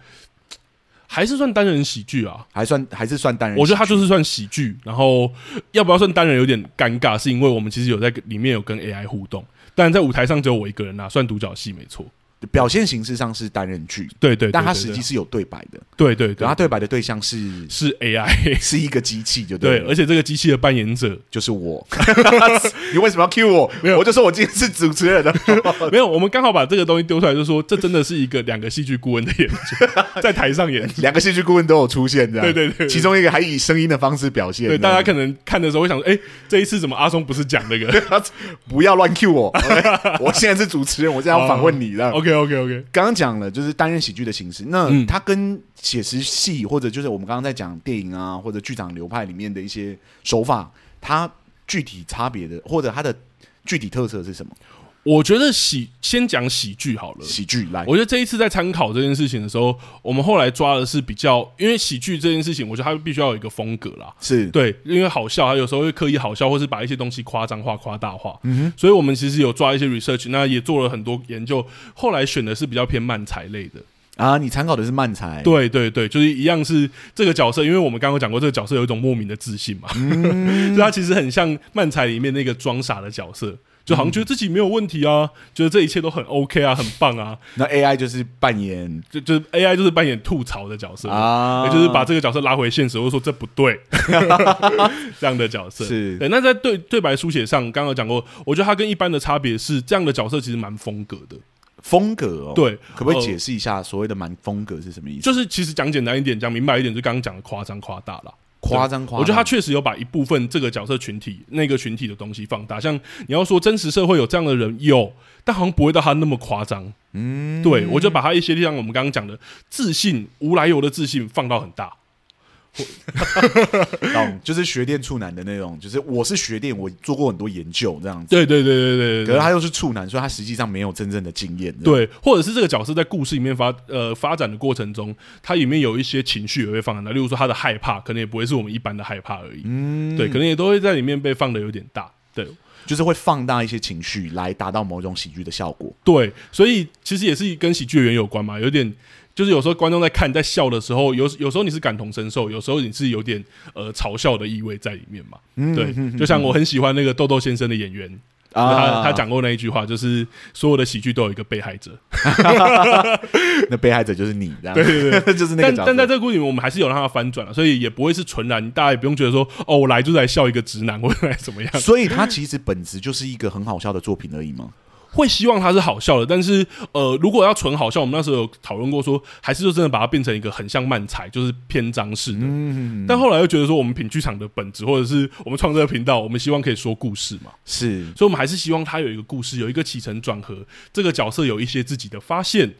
Speaker 2: 还是算单人喜剧啊。
Speaker 1: 还算还是算单人喜剧。
Speaker 2: 我觉得它就是算喜剧，然后要不要算单人有点尴尬，是因为我们其实有在里面有跟 AI 互动，但在舞台上只有我一个人啦、啊算独角戏没错。
Speaker 1: 表现形式上是单人剧，
Speaker 2: 对对对
Speaker 1: 但它
Speaker 2: 对
Speaker 1: 实
Speaker 2: 对
Speaker 1: 际啊是有对白的，
Speaker 2: 对对对
Speaker 1: 然后它对白的对象是
Speaker 2: 是 AI，
Speaker 1: 是一个机器，就
Speaker 2: 对，
Speaker 1: 了
Speaker 2: 而且这个机器的扮演 者
Speaker 1: 就是我。你为什么要 cue 我？我就说我今天是主持人啊 了。
Speaker 2: 没有，我们刚好把这个东西丢出来，就说这真的是一个两个戏剧顾问的 演出，在台上演出。
Speaker 1: 两个戏剧顾问都有出现，这样
Speaker 2: 对对对对
Speaker 1: 其中一个还以声音的方式表现。
Speaker 2: 对，
Speaker 1: 这样
Speaker 2: 大家可能看的时候会想说，哎、这一次怎么阿松不是讲 那个
Speaker 1: 不要乱 cue 我。OK？我现在是主持人，我现在要访问你这样。
Speaker 2: ？OK OK OK，
Speaker 1: 刚刚讲了，就是单人喜剧的形式。那
Speaker 2: 哦嗯
Speaker 1: 它跟写实戏，或者就是我们刚刚在讲电影啊，或者剧场流派里面的一些手法，它具体差别的，或者它的具体特色是什么？
Speaker 2: 我觉得喜先讲喜剧好了。
Speaker 1: 喜剧来，
Speaker 2: 呃我觉得这一次在参考这件事情的时候，我们后来抓的是比较，因为喜剧这件事情，我觉得它必须要有一个风格啦。
Speaker 1: 是
Speaker 2: 对，因为好笑，他有时候会刻意好笑，或是把一些东西夸张化、夸大化。所以我们其实有抓一些 research，那也做了很多研究。后来选的是比较偏漫才类的。
Speaker 1: 啊，你参考的是漫才，
Speaker 2: 对对对，就是一样是这个角色，因为我们刚刚讲过，这个角色有一种莫名的自信嘛， 所以他其实很像漫才里面那个装傻的角色。就好像觉得自己没有问题啊，觉得这一切都很 OK 啊，很棒啊，
Speaker 1: 那 AI 就是扮演
Speaker 2: 就就是 AI 就是扮演吐槽的角色，
Speaker 1: 啊
Speaker 2: 也就是把这个角色拉回现实，或者说这不 对这样的角色。
Speaker 1: 是
Speaker 2: 对。那在对对白书写上，刚刚有讲过，我觉得它跟一般的差别是，这样的角色其实蛮风格的。
Speaker 1: 风格哦。，
Speaker 2: 对，
Speaker 1: 可不可以
Speaker 2: 呃
Speaker 1: 解释一下所谓的蛮风格是什么意思？
Speaker 2: 就是其实讲简单一点，讲明白一点，就刚刚讲的夸张夸大啦。
Speaker 1: 夸张夸大，
Speaker 2: 我觉得他确实有把一部分这个角色群体、那个群体的东西放大。像你要说真实社会有这样的人有，但好像不会到他那么夸张。嗯，对，我就把他一些像我们刚刚讲的自信、无来由的自信放到很大。
Speaker 1: 懂，就是学电处男的那种，就是我是学电，我做过很多研究这样子。
Speaker 2: 对对对对对
Speaker 1: 可
Speaker 2: 对对
Speaker 1: 是他又是处男，所以他实际上没有真正的经验。这样，
Speaker 2: 对，或者是这个角色在故事里面发呃发展的过程中，它里面有一些情绪也会放在那，例如说他的害怕，可能也不会是我们一般的害怕而已。嗯，对，可能也都会在里面被放的有点大。对，
Speaker 1: 就是会放大一些情绪来达到某种喜剧的效果。
Speaker 2: 对，所以其实也是跟喜剧演员有关嘛，有点就是有时候观众在看在笑的时候，有有时候你是感同身受，有时候你是有点呃嘲笑的意味在里面嘛。对，就像我很喜欢那个豆豆先生的演员。
Speaker 1: 啊
Speaker 2: 他他讲过那一句话，就是所有的喜剧都有一个被害者，
Speaker 1: 那被害者就是你，这样
Speaker 2: 对对
Speaker 1: 对， 就是那
Speaker 2: 但
Speaker 1: 个角
Speaker 2: 但在
Speaker 1: 色。
Speaker 2: 这个故事里面，我们还是有让他翻转了，所以也不会是纯然，大家也不用觉得说哦，我来就是来笑一个直男，我来怎么样，
Speaker 1: 所以他其实本质就是一个很好笑的作品而已嘛。
Speaker 2: 会希望它是好笑的，但是呃，如果要纯好笑，我们那时候有讨论过说，还是就真的把它变成一个很像漫才，就是篇章式的。
Speaker 1: 嗯
Speaker 2: 但后来又觉得说，我们品剧场的本质，或者是我们创这个频道，我们希望可以说故事嘛，
Speaker 1: 是，
Speaker 2: 所以我们还是希望它有一个故事，有一个起承转合，这个角色有一些自己的发现。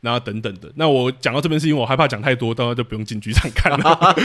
Speaker 2: 那等等的，那我讲到这边是因为我害怕讲太多，大家就不用进剧场看 了。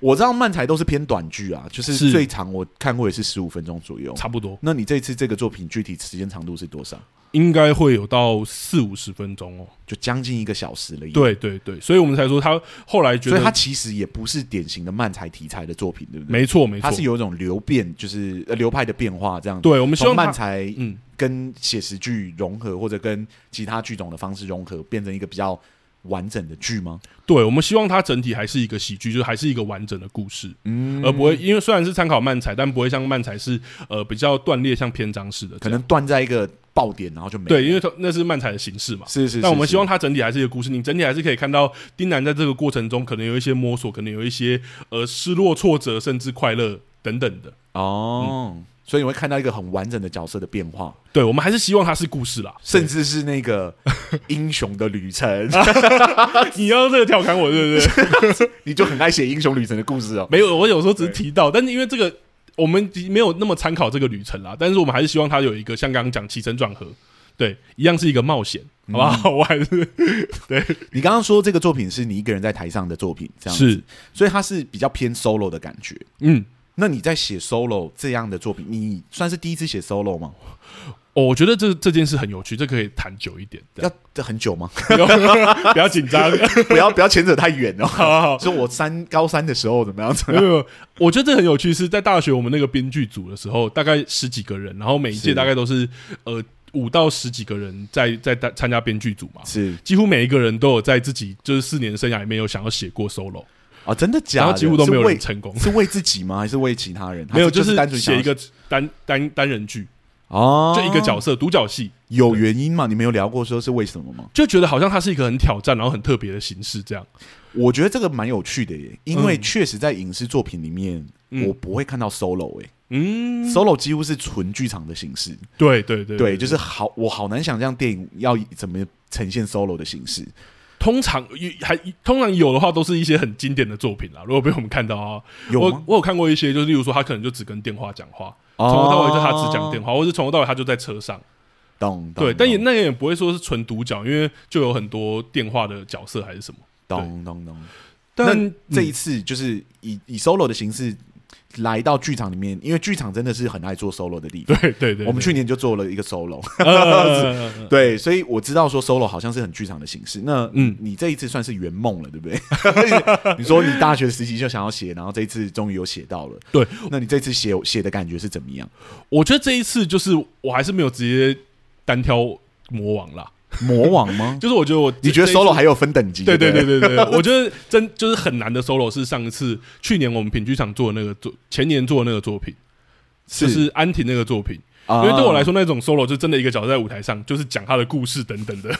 Speaker 1: 我知道漫才都是偏短剧啊，就是
Speaker 2: 是
Speaker 1: 最长我看过也是十五分钟左右。
Speaker 2: 差不多，
Speaker 1: 那你这次这个作品具体时间长度是多少？
Speaker 2: 应该会有到四五十分钟哦。
Speaker 1: 就将近一个小时了。，
Speaker 2: 对对对，所以我们才说他后来觉
Speaker 1: 嗯所以它
Speaker 2: 得，
Speaker 1: 其实也不是典型的漫才题材的作品，对不对？
Speaker 2: 没错没错
Speaker 1: 它，是有一种流变，就是呃流派的变化这样。，
Speaker 2: 对我们希
Speaker 1: 从
Speaker 2: 望他
Speaker 1: 漫才
Speaker 2: 嗯，
Speaker 1: 跟写实剧融合，或者跟其他剧种的方式融合，变成一个比较完整的剧吗？
Speaker 2: 对，我们希望它整体还是一个喜剧，就是还是一个完整的故事，嗯，而不会因为虽然是参考漫才，但不会像漫才是呃比较断裂，像篇章式的这
Speaker 1: 可
Speaker 2: 样，
Speaker 1: 能断在一个爆点，然后就没了。
Speaker 2: 对，因为它那是漫才的形式嘛。
Speaker 1: 是是是。
Speaker 2: 但我们
Speaker 1: 是
Speaker 2: 希望它整体还是一个故事，你整体还是可以看到丁楠在这个过程中可能有一些摸索，可能有一些呃失落、挫折，甚至快乐等等的。
Speaker 1: 哦。所以你会看到一个很完整的角色的变化，
Speaker 2: 对，我们还是希望它是故事啦。
Speaker 1: 甚至是那 个英雄的旅程，
Speaker 2: 你要这个调侃我，对不对？
Speaker 1: 你就很爱写英雄旅程的故事哦。
Speaker 2: 没有，我有时候只是提到，但是因为这个我们没有那么参考这个旅程啦，但是我们还是希望它有一个像刚刚讲起承转合，对，一样是一个冒险，好不好？我还是
Speaker 1: 你刚刚说这个作品是你一个人在台上的作品，这样子，
Speaker 2: 是
Speaker 1: 所以它是比较偏 solo 的感觉。
Speaker 2: 嗯。
Speaker 1: 那你在写 solo 这样的作品，你算是第一次写 solo 吗？
Speaker 2: 哦，我觉得这这件事很有趣，这可以谈久一 点，这样
Speaker 1: 要这很久吗？
Speaker 2: 不要不要紧 张。
Speaker 1: 不要不要牵扯太远哦。
Speaker 2: 好好，
Speaker 1: 所以我三高三的时候怎么 样？
Speaker 2: 没有，没有我觉得这很有趣，是在大学我们那个编剧组的时候，大概十几个人，然后每一届
Speaker 1: 是
Speaker 2: 大概都是呃五到十几个人在在在参加编剧组嘛，
Speaker 1: 是
Speaker 2: 几乎每一个人都有在自己就是四年的生涯里面有想要写过 solo，
Speaker 1: 哦，真的假
Speaker 2: 然
Speaker 1: 的？
Speaker 2: 后几乎都没有
Speaker 1: 是为
Speaker 2: 人成功，
Speaker 1: 是为自己吗？还是为其他人？
Speaker 2: 没有
Speaker 1: 还
Speaker 2: 就是
Speaker 1: 单纯想要
Speaker 2: 写一个单单单人剧，
Speaker 1: 哦，
Speaker 2: 就一个角色独角戏，
Speaker 1: 有原因吗？你们有聊过说是为什么吗？
Speaker 2: 就觉得好像它是一个很挑战然后很特别的形式这样。
Speaker 1: 我觉得这个蛮有趣的耶，因为
Speaker 2: 嗯
Speaker 1: 确实在影视作品里面，
Speaker 2: 嗯
Speaker 1: 我不会看到 solo 哎、
Speaker 2: 嗯，
Speaker 1: solo 几乎是纯剧场的形式，
Speaker 2: 对对对
Speaker 1: 对，就是好，我好难想象电影要以怎么呈现 solo 的形式。
Speaker 2: 通常还通常有的话，都是一些很经典的作品啦。如果被我们看到啊，
Speaker 1: 有
Speaker 2: 我
Speaker 1: 吗？哦
Speaker 2: 我有看过一些，就是例如说他可能就只跟电话讲话，
Speaker 1: 从
Speaker 2: 从头到尾就他只讲电
Speaker 1: 话，
Speaker 2: 话，或是从头到尾他就在车上。
Speaker 1: 哦懂
Speaker 2: 对，但也
Speaker 1: 也
Speaker 2: 那也不会说是纯独角，因为就有很多电话的角色还是什么。
Speaker 1: 懂懂懂。
Speaker 2: 但嗯
Speaker 1: 那这一次就是以以 solo 的形式来到剧场里面，因为剧场真的是很爱做 solo 的地方。
Speaker 2: 对对对对，
Speaker 1: 我们去年就做了一个 solo，
Speaker 2: 呃呃 呃
Speaker 1: 对，所以我知道说 solo 好像是很剧场的形式。那
Speaker 2: 嗯
Speaker 1: 嗯，你这一次算是圆梦了，对 不对？你说你大学时期就想要写，然后这一次终于有写到了。
Speaker 2: 对，
Speaker 1: 那你这次写写的感觉是怎么样？
Speaker 2: 我觉得这一次就是我还是没有直接单挑魔王啦，
Speaker 1: 魔王吗？
Speaker 2: 就是我觉得我
Speaker 1: 你觉得
Speaker 2: 这一次
Speaker 1: solo 还有分等级？
Speaker 2: 对对
Speaker 1: 对
Speaker 2: 对
Speaker 1: 不
Speaker 2: 对对，对 我觉得真就是很难的 solo 是上一次去年我们品剧场做的那个作，前年做的那个作品，就是是安婷那个作品。
Speaker 1: 因
Speaker 2: 因为对我来说，那种 solo 就真的一个角色在舞台上，就是讲他的故事等等 的，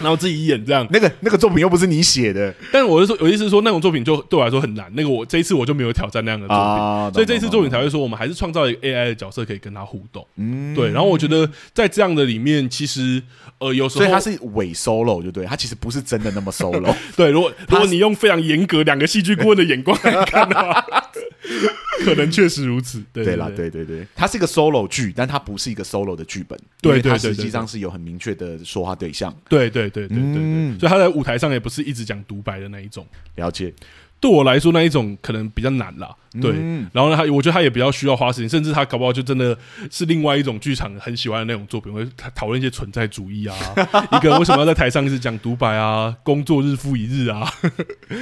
Speaker 2: 然后自己演这样。
Speaker 1: 啊那个那个作品又不是你写的
Speaker 2: 但我是说，有意思是说那种作品就对我来说很难。那个我这一次我就没有挑战那样的作品，
Speaker 1: 啊，
Speaker 2: 所以这一次作品才
Speaker 1: 会
Speaker 2: 会说，我们还是创造一个 AI 的角色可以跟他互动。
Speaker 1: 嗯
Speaker 2: 对，然后我觉得在这样的里面，其实呃有时
Speaker 1: 所
Speaker 2: 候
Speaker 1: 以他是伪 solo 就对，他其实不是真的那么 solo，
Speaker 2: 对，如果如
Speaker 1: 他
Speaker 2: 果你用非常严格两个戏剧顾问的眼光来看 的话，可能确实如此。 对
Speaker 1: 对
Speaker 2: 对
Speaker 1: 啦，
Speaker 2: 对
Speaker 1: 对对对，他是一个 solo 剧，但他不是一个 solo 的剧本，
Speaker 2: 对
Speaker 1: 因为他
Speaker 2: 对对
Speaker 1: 实
Speaker 2: 对
Speaker 1: 际
Speaker 2: 对
Speaker 1: 上是有很明确的说话对象，
Speaker 2: 对对对对对对，
Speaker 1: 嗯
Speaker 2: 所以他在舞台上也不是一直讲独白的那一种。
Speaker 1: 了解，
Speaker 2: 对我来说，那一种可能比较难啦。对，
Speaker 1: 嗯
Speaker 2: 然后呢，他我觉得他也比较需要花时间，甚至他搞不好就真的是另外一种剧场很喜欢的那种作品，会讨讨论一些存在主义啊，一个人为什么要在台上一直讲独白啊，工作日复一日啊，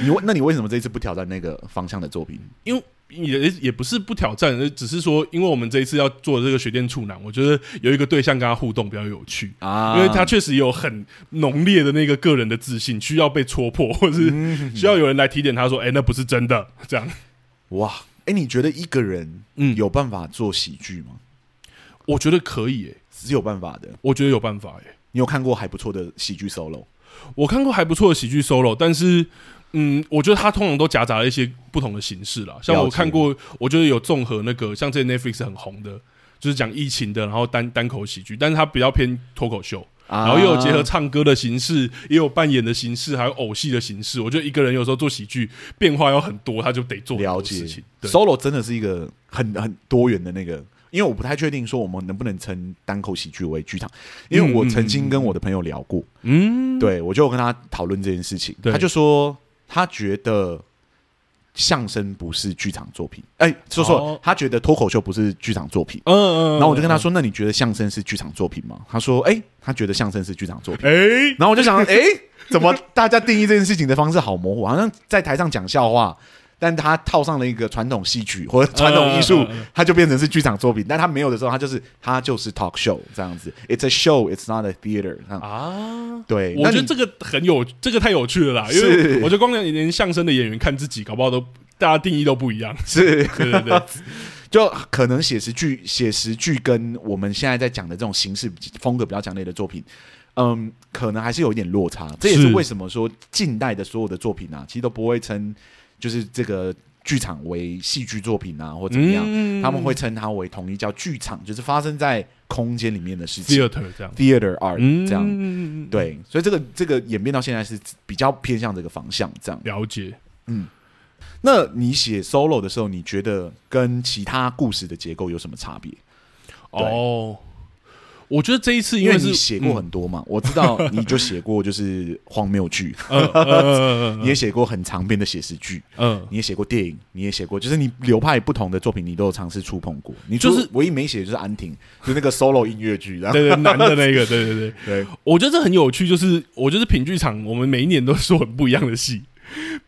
Speaker 1: 你为那你为什么这一次不挑战那个方向的作品？
Speaker 2: 因为也也不是不挑战，呃只是说，因为我们这一次要做的这个学电处男，我觉得有一个对象跟他互动比较有趣。
Speaker 1: 啊
Speaker 2: 因为他确实有很浓烈的那个个人的自信，需要被戳破，或
Speaker 1: 嗯
Speaker 2: 是需要有人来提点他说：“哎、那不是真的。”这样，
Speaker 1: 哇，哎，你觉得一个人
Speaker 2: 嗯
Speaker 1: 有办法做喜剧吗？
Speaker 2: 我觉得可以、哎，
Speaker 1: 是有办法的。
Speaker 2: 我觉得有办法、哎，
Speaker 1: 你有看过还不错的喜剧 solo？
Speaker 2: 我看过还不错的喜剧 solo，但是，嗯，我觉得它通常都夹杂了一些不同的形式啦。像我
Speaker 1: 了解
Speaker 2: 看过，我觉得有综合那个，像这 Netflix 很红的，就是讲疫情的，然后单单口喜剧，但是它比较偏脱口秀，
Speaker 1: 啊
Speaker 2: 然后又有结合唱歌的形式，也有扮演的形式，还有偶戏的形式。我觉得一个人有时候做喜剧变化要很多，他就得做很
Speaker 1: 了
Speaker 2: 多
Speaker 1: 解
Speaker 2: 事情。对，
Speaker 1: solo 真的是一个很很多元的那个，因为我不太确定说我们能不能称单口喜剧为剧场，因为我曾经跟我的朋友聊过，
Speaker 2: 嗯，
Speaker 1: 对我就有跟他讨论这件事情，
Speaker 2: 对
Speaker 1: 他就说他觉得。相声不是剧场作品，哎、说错了
Speaker 2: 哦
Speaker 1: 他觉得脱口秀不是剧场作品。
Speaker 2: 嗯嗯。
Speaker 1: 然后我就跟他
Speaker 2: 说
Speaker 1: 说：“那你觉得相声是剧场作品吗？”他说：“哎、他觉得相声是剧场作：“品。
Speaker 2: 哎、
Speaker 1: 然后我就想：“哎、怎么大家定义这件事情的方式好模糊？好像在台上讲笑话，但他套上了一个传统戏曲或者传统艺术
Speaker 2: 嗯嗯嗯嗯，
Speaker 1: 他就变成是剧场作品。但他没有的时候，他就是他就是 talk show 这样子，it's a show, it's not a theater 这样。
Speaker 2: 啊。”
Speaker 1: 对，
Speaker 2: 我
Speaker 1: 那
Speaker 2: 觉得
Speaker 1: 你
Speaker 2: 这个很有，这个太有趣了啦！因为
Speaker 1: 是
Speaker 2: 我觉得光连连相声的演员看自己，搞不好都大家定义都不 一样。
Speaker 1: 是
Speaker 2: 对对对，
Speaker 1: 就可能写实剧、写实剧跟我们现在在讲的这种形式风格比较强烈的作品，嗯，可能还是有一点落差。这也
Speaker 2: 是
Speaker 1: 是为什么说近代的所有的作品啊，其实都不会称就是这个剧场为戏剧作品啊，或怎么样，
Speaker 2: 嗯
Speaker 1: 他们会称它为统一叫剧场，就是发生在空间里面的事情
Speaker 2: theater 这样，
Speaker 1: ，theater art、
Speaker 2: 嗯，
Speaker 1: 这样。
Speaker 2: 样，
Speaker 1: 对，所以这个这个演变到现在是比较偏向这个方向，这样。
Speaker 2: 了解。
Speaker 1: 那你写 solo 的时候，你觉得跟其他故事的结构有什么差别？
Speaker 2: 哦，我觉得这一次
Speaker 1: 因为
Speaker 2: 为
Speaker 1: 你
Speaker 2: 是嗯
Speaker 1: 写过，很多嘛，我知道你就写过就是荒谬 剧，
Speaker 2: 嗯嗯嗯
Speaker 1: 你也写过很长篇的写实剧，
Speaker 2: 嗯，
Speaker 1: 你也写过电影，你也写过，就是你流派不同的作品，你都有尝试触碰过。你
Speaker 2: 就是
Speaker 1: 除唯一没写的就是安婷，就是那个 solo 音乐剧，然后
Speaker 2: 对对， 男的那个，对对对，
Speaker 1: 对
Speaker 2: 我觉得这很有趣，就是我觉得品剧场我们每一年都说很不一样的戏。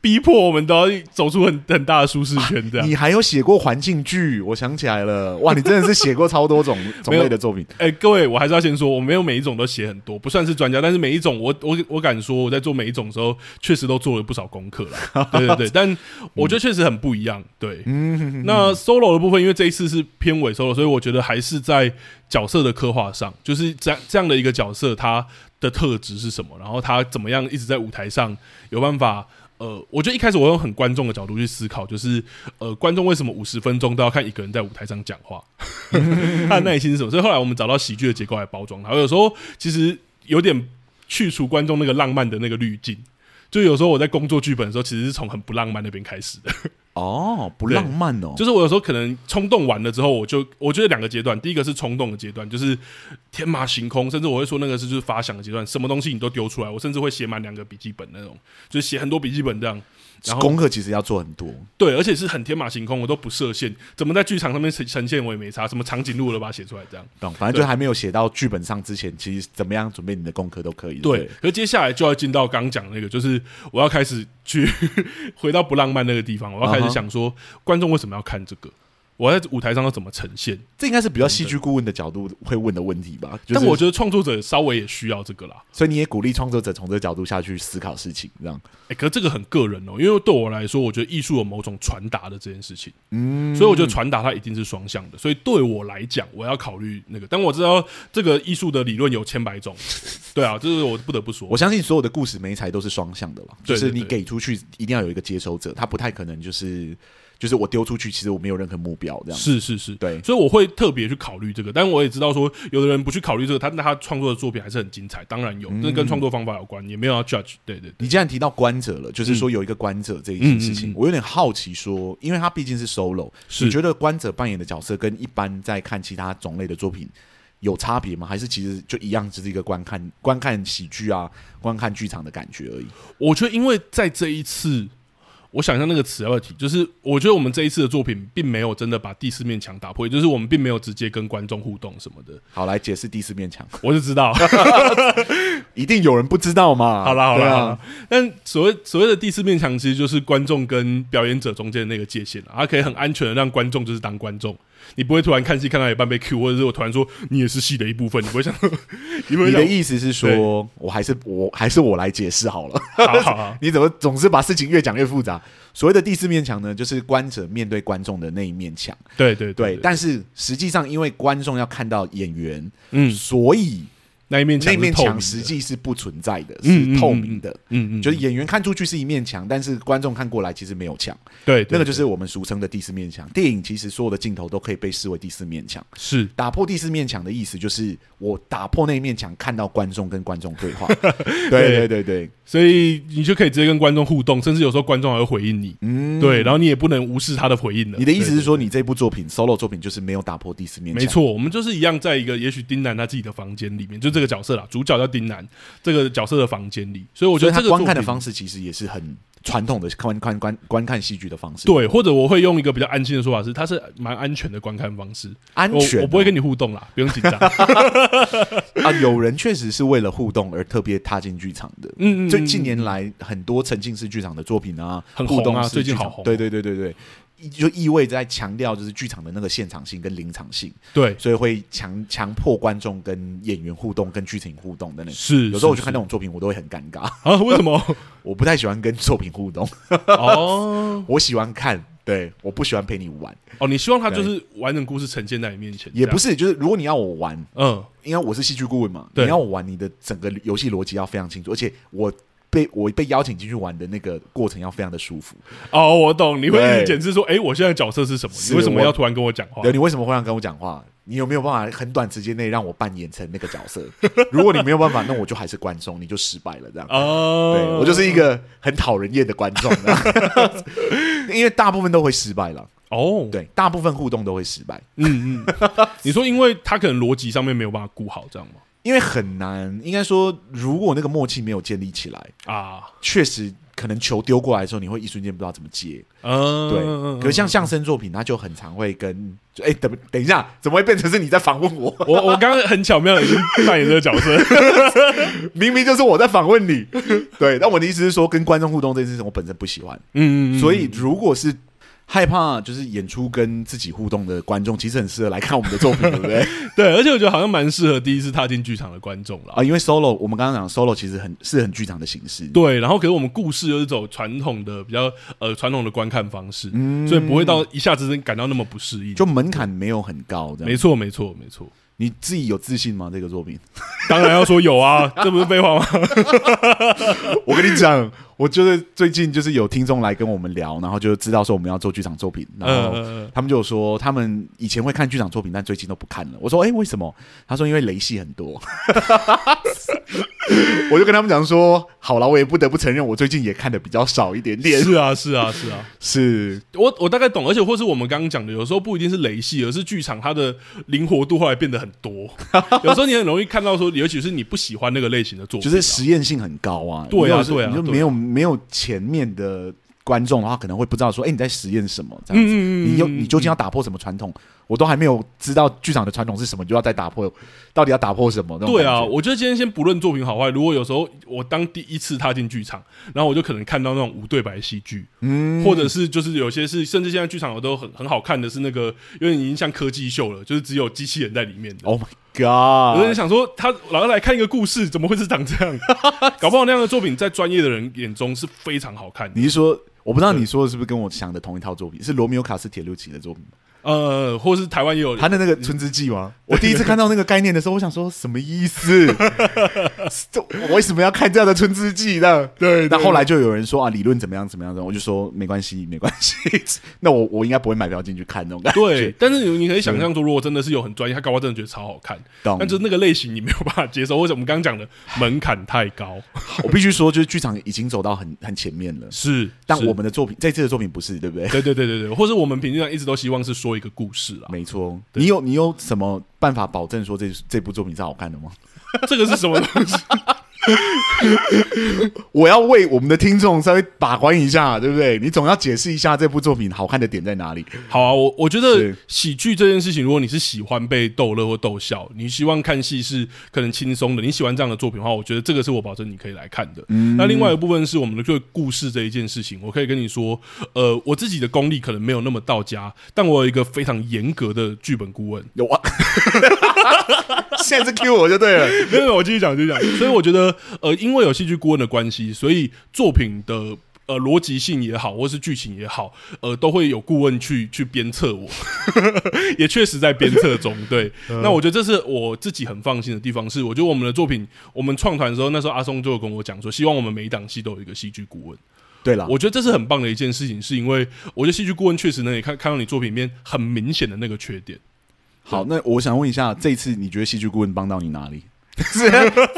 Speaker 2: 逼迫我们都要走出很很大的舒适圈，这样。
Speaker 1: 你还有写过环境剧，我想起来了，哇，你真的是写过超 多种种类的作品。
Speaker 2: 哎、各位，我还是要先说，我没有每一种都写很多，不算是专家，但是每一种我我我敢说，我在做每一种的时候，确实都做了不少功课了。对对对，但我觉得确实很不一样。对，那 solo 的部分，因为这一次是片尾 solo，所以我觉得还是在角色的刻画上，就是这样这样的一个角色，他的特质是什么，然后他怎么样一直在舞台上有办法。呃，我觉得一开始我用很观众的角度去思考，就是呃，观众为什么五十分钟都要看一个人在舞台上讲话？他的耐心是什么？所以后来我们找到喜剧的结构来包装它。我有时候其实有点去除观众那个浪漫的那个滤镜。就有时候我在工作剧本的时候，其实是从很不浪漫那边开始的。
Speaker 1: 哦，不浪漫哦，
Speaker 2: 就是我有时候可能冲动完了之后，我就我觉得两个阶段，第一个是冲动的阶段，就是天马行空，甚至我会说那个是就是发想的阶段，什么东西你都丢出来。我甚至会写满两个笔记本那种，就是写很多笔记本这样。然后
Speaker 1: 功课其实要做很多。
Speaker 2: 对，而且是很天马行空，我都不设限，怎么在剧场上面呈呈现我也没差，什么长颈鹿我都把它写出来这样。
Speaker 1: 懂，反正就还没有写到剧本上之前，其实怎么样准备你的功课都可以。
Speaker 2: 对，可是接下来就要进到刚讲那个，就是我要开始去 回到不浪漫那个地方，我要开
Speaker 1: 嗯
Speaker 2: 始
Speaker 1: 哼
Speaker 2: 想说，观众为什么要看这个？我在舞台上要怎么呈现？
Speaker 1: 这应该是比较戏剧顾问的角度会问的问题吧。就是、
Speaker 2: 但我觉得创作者稍微也需要这个啦。
Speaker 1: 所以你也鼓励创作者从这个角度下去思考事情，这样。
Speaker 2: 哎、可是这个很个人哦、因为对我来说，我觉得艺术有某种传达的这件事情，嗯，所以我觉得传达它一定是双向的。所以对我来讲，我要考虑那个，但我知道这个艺术的理论有千百种，对啊，这是我不得不说。
Speaker 1: 我相信所有的故事媒材都是双向的了，就
Speaker 2: 对
Speaker 1: 是
Speaker 2: 对
Speaker 1: 你
Speaker 2: 对
Speaker 1: 给出去一定要有一个接收者，他不太可能就是就是我丢出去，其实我没有任何目标这样。
Speaker 2: 是是是，
Speaker 1: 对
Speaker 2: 所以我会特别去考虑这个，但我也知道说，有的人不去考虑这个，他那他创作的作品还是很精彩，当然有，这、
Speaker 1: 嗯
Speaker 2: 跟创作方法有关，也没有要 judge，对对对，
Speaker 1: 你既然提到观者了，就是说有一个观者这一件事情，
Speaker 2: 嗯嗯嗯嗯
Speaker 1: 我有点好奇说，因为他毕竟是 solo，
Speaker 2: 是
Speaker 1: 你觉得观者扮演的角色跟一般在看其他种类的作品有差别吗？还是其实就一样，只是一个观看观看喜剧啊、观看剧场的感觉而已？
Speaker 2: 我觉得因为在这一次，我想一下那个词要不要提，就是我觉得我们这一次的作品并没有真的把第四面墙打破，也就是我们并没有直接跟观众互动什么的，
Speaker 1: 好，来解释第四面墙，
Speaker 2: 我就知道，
Speaker 1: 一定有人不知道嘛？
Speaker 2: 好啦好
Speaker 1: 对
Speaker 2: 啦，
Speaker 1: 啊
Speaker 2: 好啦但所谓所谓的第四面墙，其实就是观众跟表演者中间的那个界限啊，它可以很安全的让观众就是当观众，你不会突然看戏看到一半被 Q，或者是我突然说你也是戏的一部分，你不会想， 你不会
Speaker 1: 你
Speaker 2: 想
Speaker 1: 的，意思是说，我还是我还是我来解释好了。
Speaker 2: 好好好，
Speaker 1: 你怎么总是把事情越讲越复杂？所谓的第四面墙呢，就是观者面对观众的那一面墙。
Speaker 2: 对对
Speaker 1: 对，但是实际上，因为观众要看到演员，
Speaker 2: 嗯，
Speaker 1: 所以
Speaker 2: 那一面墙
Speaker 1: 那
Speaker 2: 是
Speaker 1: 面
Speaker 2: 透明
Speaker 1: 墙
Speaker 2: 的
Speaker 1: 实，际是不存在的，
Speaker 2: 嗯
Speaker 1: 是透明的。
Speaker 2: 嗯嗯，
Speaker 1: 就是演员看出去是一面墙，但是观众看过来其实没有墙，
Speaker 2: 对，对
Speaker 1: 那个就
Speaker 2: 对
Speaker 1: 是我们俗称的第四面墙。电影其实所有的镜头都可以被视为第四面墙。
Speaker 2: 是
Speaker 1: 打破第四面墙的意思就是我打破那一面墙，看到观众跟观众对 话。对对对对，
Speaker 2: 所以你就可以直接跟观众互动，甚至有时候观众还会回应你，
Speaker 1: 嗯，
Speaker 2: 对，然后你也不能无视他的回应了。
Speaker 1: 你的意思
Speaker 2: 对
Speaker 1: 是说，你这部作品 solo 作品就是没有打破第四面墙？
Speaker 2: 没，错，我们就是一样，在一个也许丁楠他自己的房间里面，就这个角色啦，主角叫丁楠，这个角色的房间里，所以我
Speaker 1: 我
Speaker 2: 觉得这
Speaker 1: 他
Speaker 2: 个
Speaker 1: 观看的
Speaker 2: 作品
Speaker 1: 方式其实也是很传统的 观观观观看戏剧的方式，，
Speaker 2: 对，或者我会用一个比较安心的说法是，它是蛮安全的观看方式，
Speaker 1: 安
Speaker 2: 我
Speaker 1: 全、
Speaker 2: 我不会跟你互动啦，不用 紧张。
Speaker 1: 啊，有人确实是为了互动而特别踏进剧场的。
Speaker 2: 嗯嗯，
Speaker 1: 最近
Speaker 2: 嗯
Speaker 1: 年来，很多沉浸式剧场的作品啊，
Speaker 2: 很
Speaker 1: 互动
Speaker 2: 红啊
Speaker 1: 式
Speaker 2: 最近
Speaker 1: 剧场
Speaker 2: 好红
Speaker 1: 对对对对对，意就意味着在强调就是剧场的那个现场性跟临场性，
Speaker 2: 对
Speaker 1: 所以会强强迫观众跟演员互动、跟剧情互动等等。
Speaker 2: 是，
Speaker 1: 有时候我去看
Speaker 2: 到
Speaker 1: 那种作品，我都会很尴尬，
Speaker 2: 啊，为什么？
Speaker 1: 我不太喜欢跟作品互动。
Speaker 2: 哦
Speaker 1: 我喜欢看，对，我不喜欢陪你玩，
Speaker 2: 哦，你希望他就是完整故事呈现在你面前，
Speaker 1: 也不
Speaker 2: 是
Speaker 1: 是，就是如果你要我玩，
Speaker 2: 嗯
Speaker 1: 因为我是戏剧顾问嘛，
Speaker 2: 对
Speaker 1: 你要我玩，你的整个游戏逻辑要非常清楚，而且我被我被邀请进去玩的那个过程要非常的舒服。
Speaker 2: 哦，我懂，你会一
Speaker 1: 对
Speaker 2: 直检视说，哎，我现在角色是什么？
Speaker 1: 是
Speaker 2: 你为什么
Speaker 1: 我
Speaker 2: 要突然跟我讲话
Speaker 1: 对，？你为什么会让跟我讲话？你有没有办法很短时间内让我扮演成那个角色？ 如果你没有办法，那我就还是观众，你就失败了这样。
Speaker 2: 哦，
Speaker 1: 对我就是一个很讨人厌的观众， 这样因为大部分都会失败了。
Speaker 2: 哦，
Speaker 1: 对，大部分互动都会失败。
Speaker 2: 嗯嗯，你说因为他可能逻辑上面没有办法顾好，这样吗？
Speaker 1: 因为很难，应该说，如果那个默契没有建立起来，
Speaker 2: 啊，
Speaker 1: 确实可能球丢过来的时候，你会一瞬间不知道怎么接。
Speaker 2: 嗯，
Speaker 1: 对，
Speaker 2: 嗯
Speaker 1: 可是像相声作品，它就很常会跟就哎、等等一下，怎么会变成是你在访问我？
Speaker 2: 我我刚刚很巧妙的扮演这个角色，
Speaker 1: 明明就是我在访问你。 对，但我的意思是说，跟观众互动这件事情，我本身不喜欢。
Speaker 2: 嗯，
Speaker 1: 所以如果是害怕就是演出跟自己互动的观众，其实很适合来看我们的作品，对不 对？
Speaker 2: 对，而且我觉得好像蛮适合第一次踏进剧场的观众啦。
Speaker 1: 啊，因为 solo 我们刚刚讲 solo 其实很是很剧场的形式，
Speaker 2: 对，然后可是我们故事又是走传统的比较呃传统的观看方式，所以不会到一下子感到那么不适应。
Speaker 1: 就门槛没有很高，这
Speaker 2: 没
Speaker 1: 样。
Speaker 2: 错，没错，没错。
Speaker 1: 你自己有自信吗？这个作品？
Speaker 2: 当然要说有啊，这不是废话吗？
Speaker 1: 我跟你讲，我就是最近就是有听众来跟我们聊，然后就知道说我们要做剧场作品，然
Speaker 2: 嗯
Speaker 1: 后。
Speaker 2: 嗯嗯
Speaker 1: 他们就有说，他们以前会看剧场作品，但最近都不看了。我说，哎、为什么？他说，因为雷戏很 多。我就跟他们讲说，好了，我也不得不承认，我最近也看的比较少一点点。
Speaker 2: 是啊，是啊，是啊。
Speaker 1: 是，
Speaker 2: 我我大概懂，而且或是我们刚刚讲的，有时候不一定是雷戏，而是剧场它的灵活度后来变得很多。 有时候你很容易看到说，尤其是你不喜欢那个类型的作品
Speaker 1: 就是
Speaker 2: 啊，
Speaker 1: 实验性很高啊。
Speaker 2: 对啊
Speaker 1: 你要是
Speaker 2: 对啊
Speaker 1: 你就
Speaker 2: 对啊
Speaker 1: 没有没有前面的观众的话，可能会不知道说，哎、你在实验什么这样子。
Speaker 2: 嗯嗯嗯嗯
Speaker 1: 你有
Speaker 2: 嗯
Speaker 1: 你究竟要打破什么传统？我都还没有知道剧场的传统是什么，你就要再打破，到底要打破什么？那种
Speaker 2: 对啊，
Speaker 1: 感觉
Speaker 2: 我觉得今天先不论作品好坏，如果有时候我当第一次踏进剧场，然后我就可能看到那种无对白戏剧，嗯，或者是就是有些是，甚至现在剧场有都很很好看的是那个，有点已经像科技秀了，就是只有机器人在里面的。
Speaker 1: Oh
Speaker 2: 我就
Speaker 1: my god！
Speaker 2: 想说，他老要来看一个故事，怎么会是 长这样？搞不好那样的作品在专业的人眼中是非常好看的。
Speaker 1: 你是说？我不知道你说的是不是跟我想的同一套作品，是罗密欧卡斯铁六奇的作品吗，
Speaker 2: 呃，或是台湾也有
Speaker 1: 他的那个《春之祭》吗？我第一次看到那个概念的时候，我想说什么意思？ 这我为什么要看这样的《春之祭》呢？
Speaker 2: 对
Speaker 1: 那后来就有人说啊，理论怎么样怎么样的，我就说没关系，没关 系。那我我应该不会买票进去看那种感觉。
Speaker 2: 对，但是你你可以
Speaker 1: 嗯
Speaker 2: 想象说，如果真的是有很专业，他搞不好真的觉得超好看，
Speaker 1: 懂
Speaker 2: 但就是那个类型你没有办法接受，或者我们刚刚讲的门槛太高，
Speaker 1: 我必须说，就是剧场已经走到很很前面了，
Speaker 2: 是，
Speaker 1: 但
Speaker 2: 是
Speaker 1: 我们的作品这次的作品不是，对不对？
Speaker 2: 对对对对对，或是我们平常一直都希望是说一个故事啊啦，
Speaker 1: 没错，你有你有什么办法保证说这这部作品是好看的吗？
Speaker 2: 这个是什么东西？
Speaker 1: 我要为我们的听众稍微把关一下，对不对？你总要解释一下这部作品好看的点在哪里。
Speaker 2: 好啊，我我觉得
Speaker 1: 是
Speaker 2: 喜剧这件事情，如果你是喜欢被逗乐或逗笑，你希望看戏是可能轻松的，你喜欢这样的作品的话，我觉得这个是我保证你可以来看的。那另外一部分是我们的这个故事这一件事情，我可以跟你说，呃，我自己的功力可能没有那么到家，但我有一个非常严格的剧本顾问。
Speaker 1: 有啊， 现在是 Q 我就对了。
Speaker 2: 没有，没有我继续讲，继续讲。 所以我觉得，呃，因为有戏剧顾问的关系，所以作品的。呃，逻辑性也好，或是剧情也好，呃，都会有顾问去去鞭策我， 也确实在鞭策中。对，那我觉得这是我自己很放心的地方。是，我觉得我们的作品，我们创团的时候，那时候阿松就有跟我讲说，希望我们每一档戏都有一个戏剧顾问。
Speaker 1: 对了，
Speaker 2: 我觉得这是很棒的一件事情，是因为我觉得戏剧顾问确实能也看看到你作品里面很明显的那个缺点。
Speaker 1: 好，那我想问一下，这一次你觉得戏剧顾问帮到你 哪里？是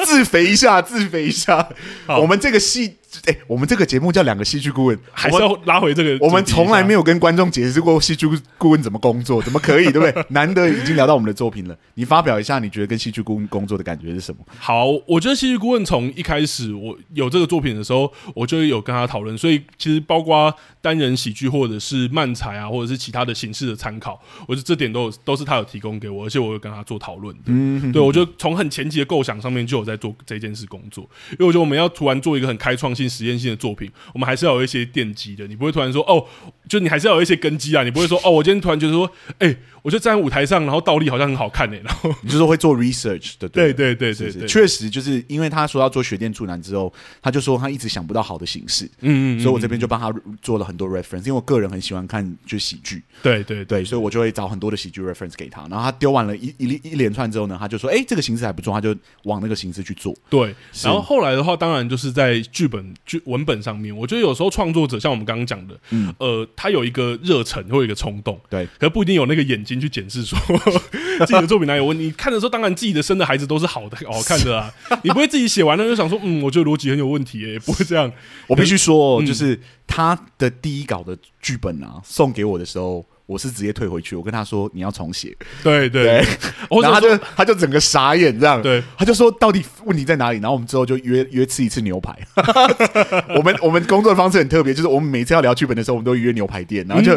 Speaker 1: 自肥一下，自肥一下。
Speaker 2: 好
Speaker 1: 我们这个戏，哎、我们这个节目叫两个戏剧顾问，
Speaker 2: 还是
Speaker 1: 我们
Speaker 2: 要拉回这个主题一下，
Speaker 1: 我们从来没有跟观众解释过戏剧顾问怎么工作，怎么可以，对不对？ 难得已经聊到我们的作品了，你发表一下你觉得跟戏剧顾问工作的感觉是什么？
Speaker 2: 好，我觉得戏剧顾问从一开始我有这个作品的时候，我就有跟他讨论，所以其实包括单人喜剧或者是漫才啊，或者是其他的形式的参考，我觉得这点都有都是他有提供给我，而且我有跟他做讨论的。对，我觉得从很前期的构想上面就有在做这件事工作，因为我觉得我们要突然做一个很开创性、实验性的作品，我们还是要有一些奠基的，你不会突然说哦，就你还是要有一些根基啊，你不会说哦，我今天突然觉得说，哎、我就站在舞台上，然后倒立好像很好看欸呢、然后
Speaker 1: 你就是会做 research 的，
Speaker 2: 对
Speaker 1: 不对
Speaker 2: 对对对
Speaker 1: 是是
Speaker 2: 对，
Speaker 1: 确实就是因为他说要做学电处男之后，他就说他一直想不到好的形式，
Speaker 2: 嗯嗯嗯，
Speaker 1: 所以我这边就帮他做了很多 reference，因为我个人很喜欢看就喜剧，
Speaker 2: 对对对。
Speaker 1: 对，所以我就会找很多的喜剧 reference 给他，然后他丢完了一一一连串之后呢，他就说，哎，这个形式还不错，他就往那个形式去做，
Speaker 2: 对，然后后来的话，当然就是在剧本、剧文本上面，我觉得有时候创作者像我们刚刚讲的，
Speaker 1: 嗯
Speaker 2: 呃，他有一个热忱，会有一个冲动，
Speaker 1: 对，
Speaker 2: 可不一定有那个眼睛去检视说 自己的作品哪里有问题。你看的时候，当然自己的生的孩子都是好的、好看 的啊，你不会自己写完了就想说，嗯，我觉得逻辑很有问题、耶，不会这样。
Speaker 1: 我必须说，
Speaker 2: 嗯
Speaker 1: 就是他的第一稿的剧本啊，送给我的时候，我是直接退回去，我跟他说你要重写，
Speaker 2: 对对，我
Speaker 1: 然后他
Speaker 2: 想
Speaker 1: 就
Speaker 2: 说，
Speaker 1: 他就整个傻眼这样，
Speaker 2: 对，
Speaker 1: 他就说到底问题在哪里？然后我们之后就约约吃一次牛排。 我们我们工作的方式很特别，就是我们每次要聊剧本的时候，我们都约牛排店，然后
Speaker 2: 嗯
Speaker 1: 就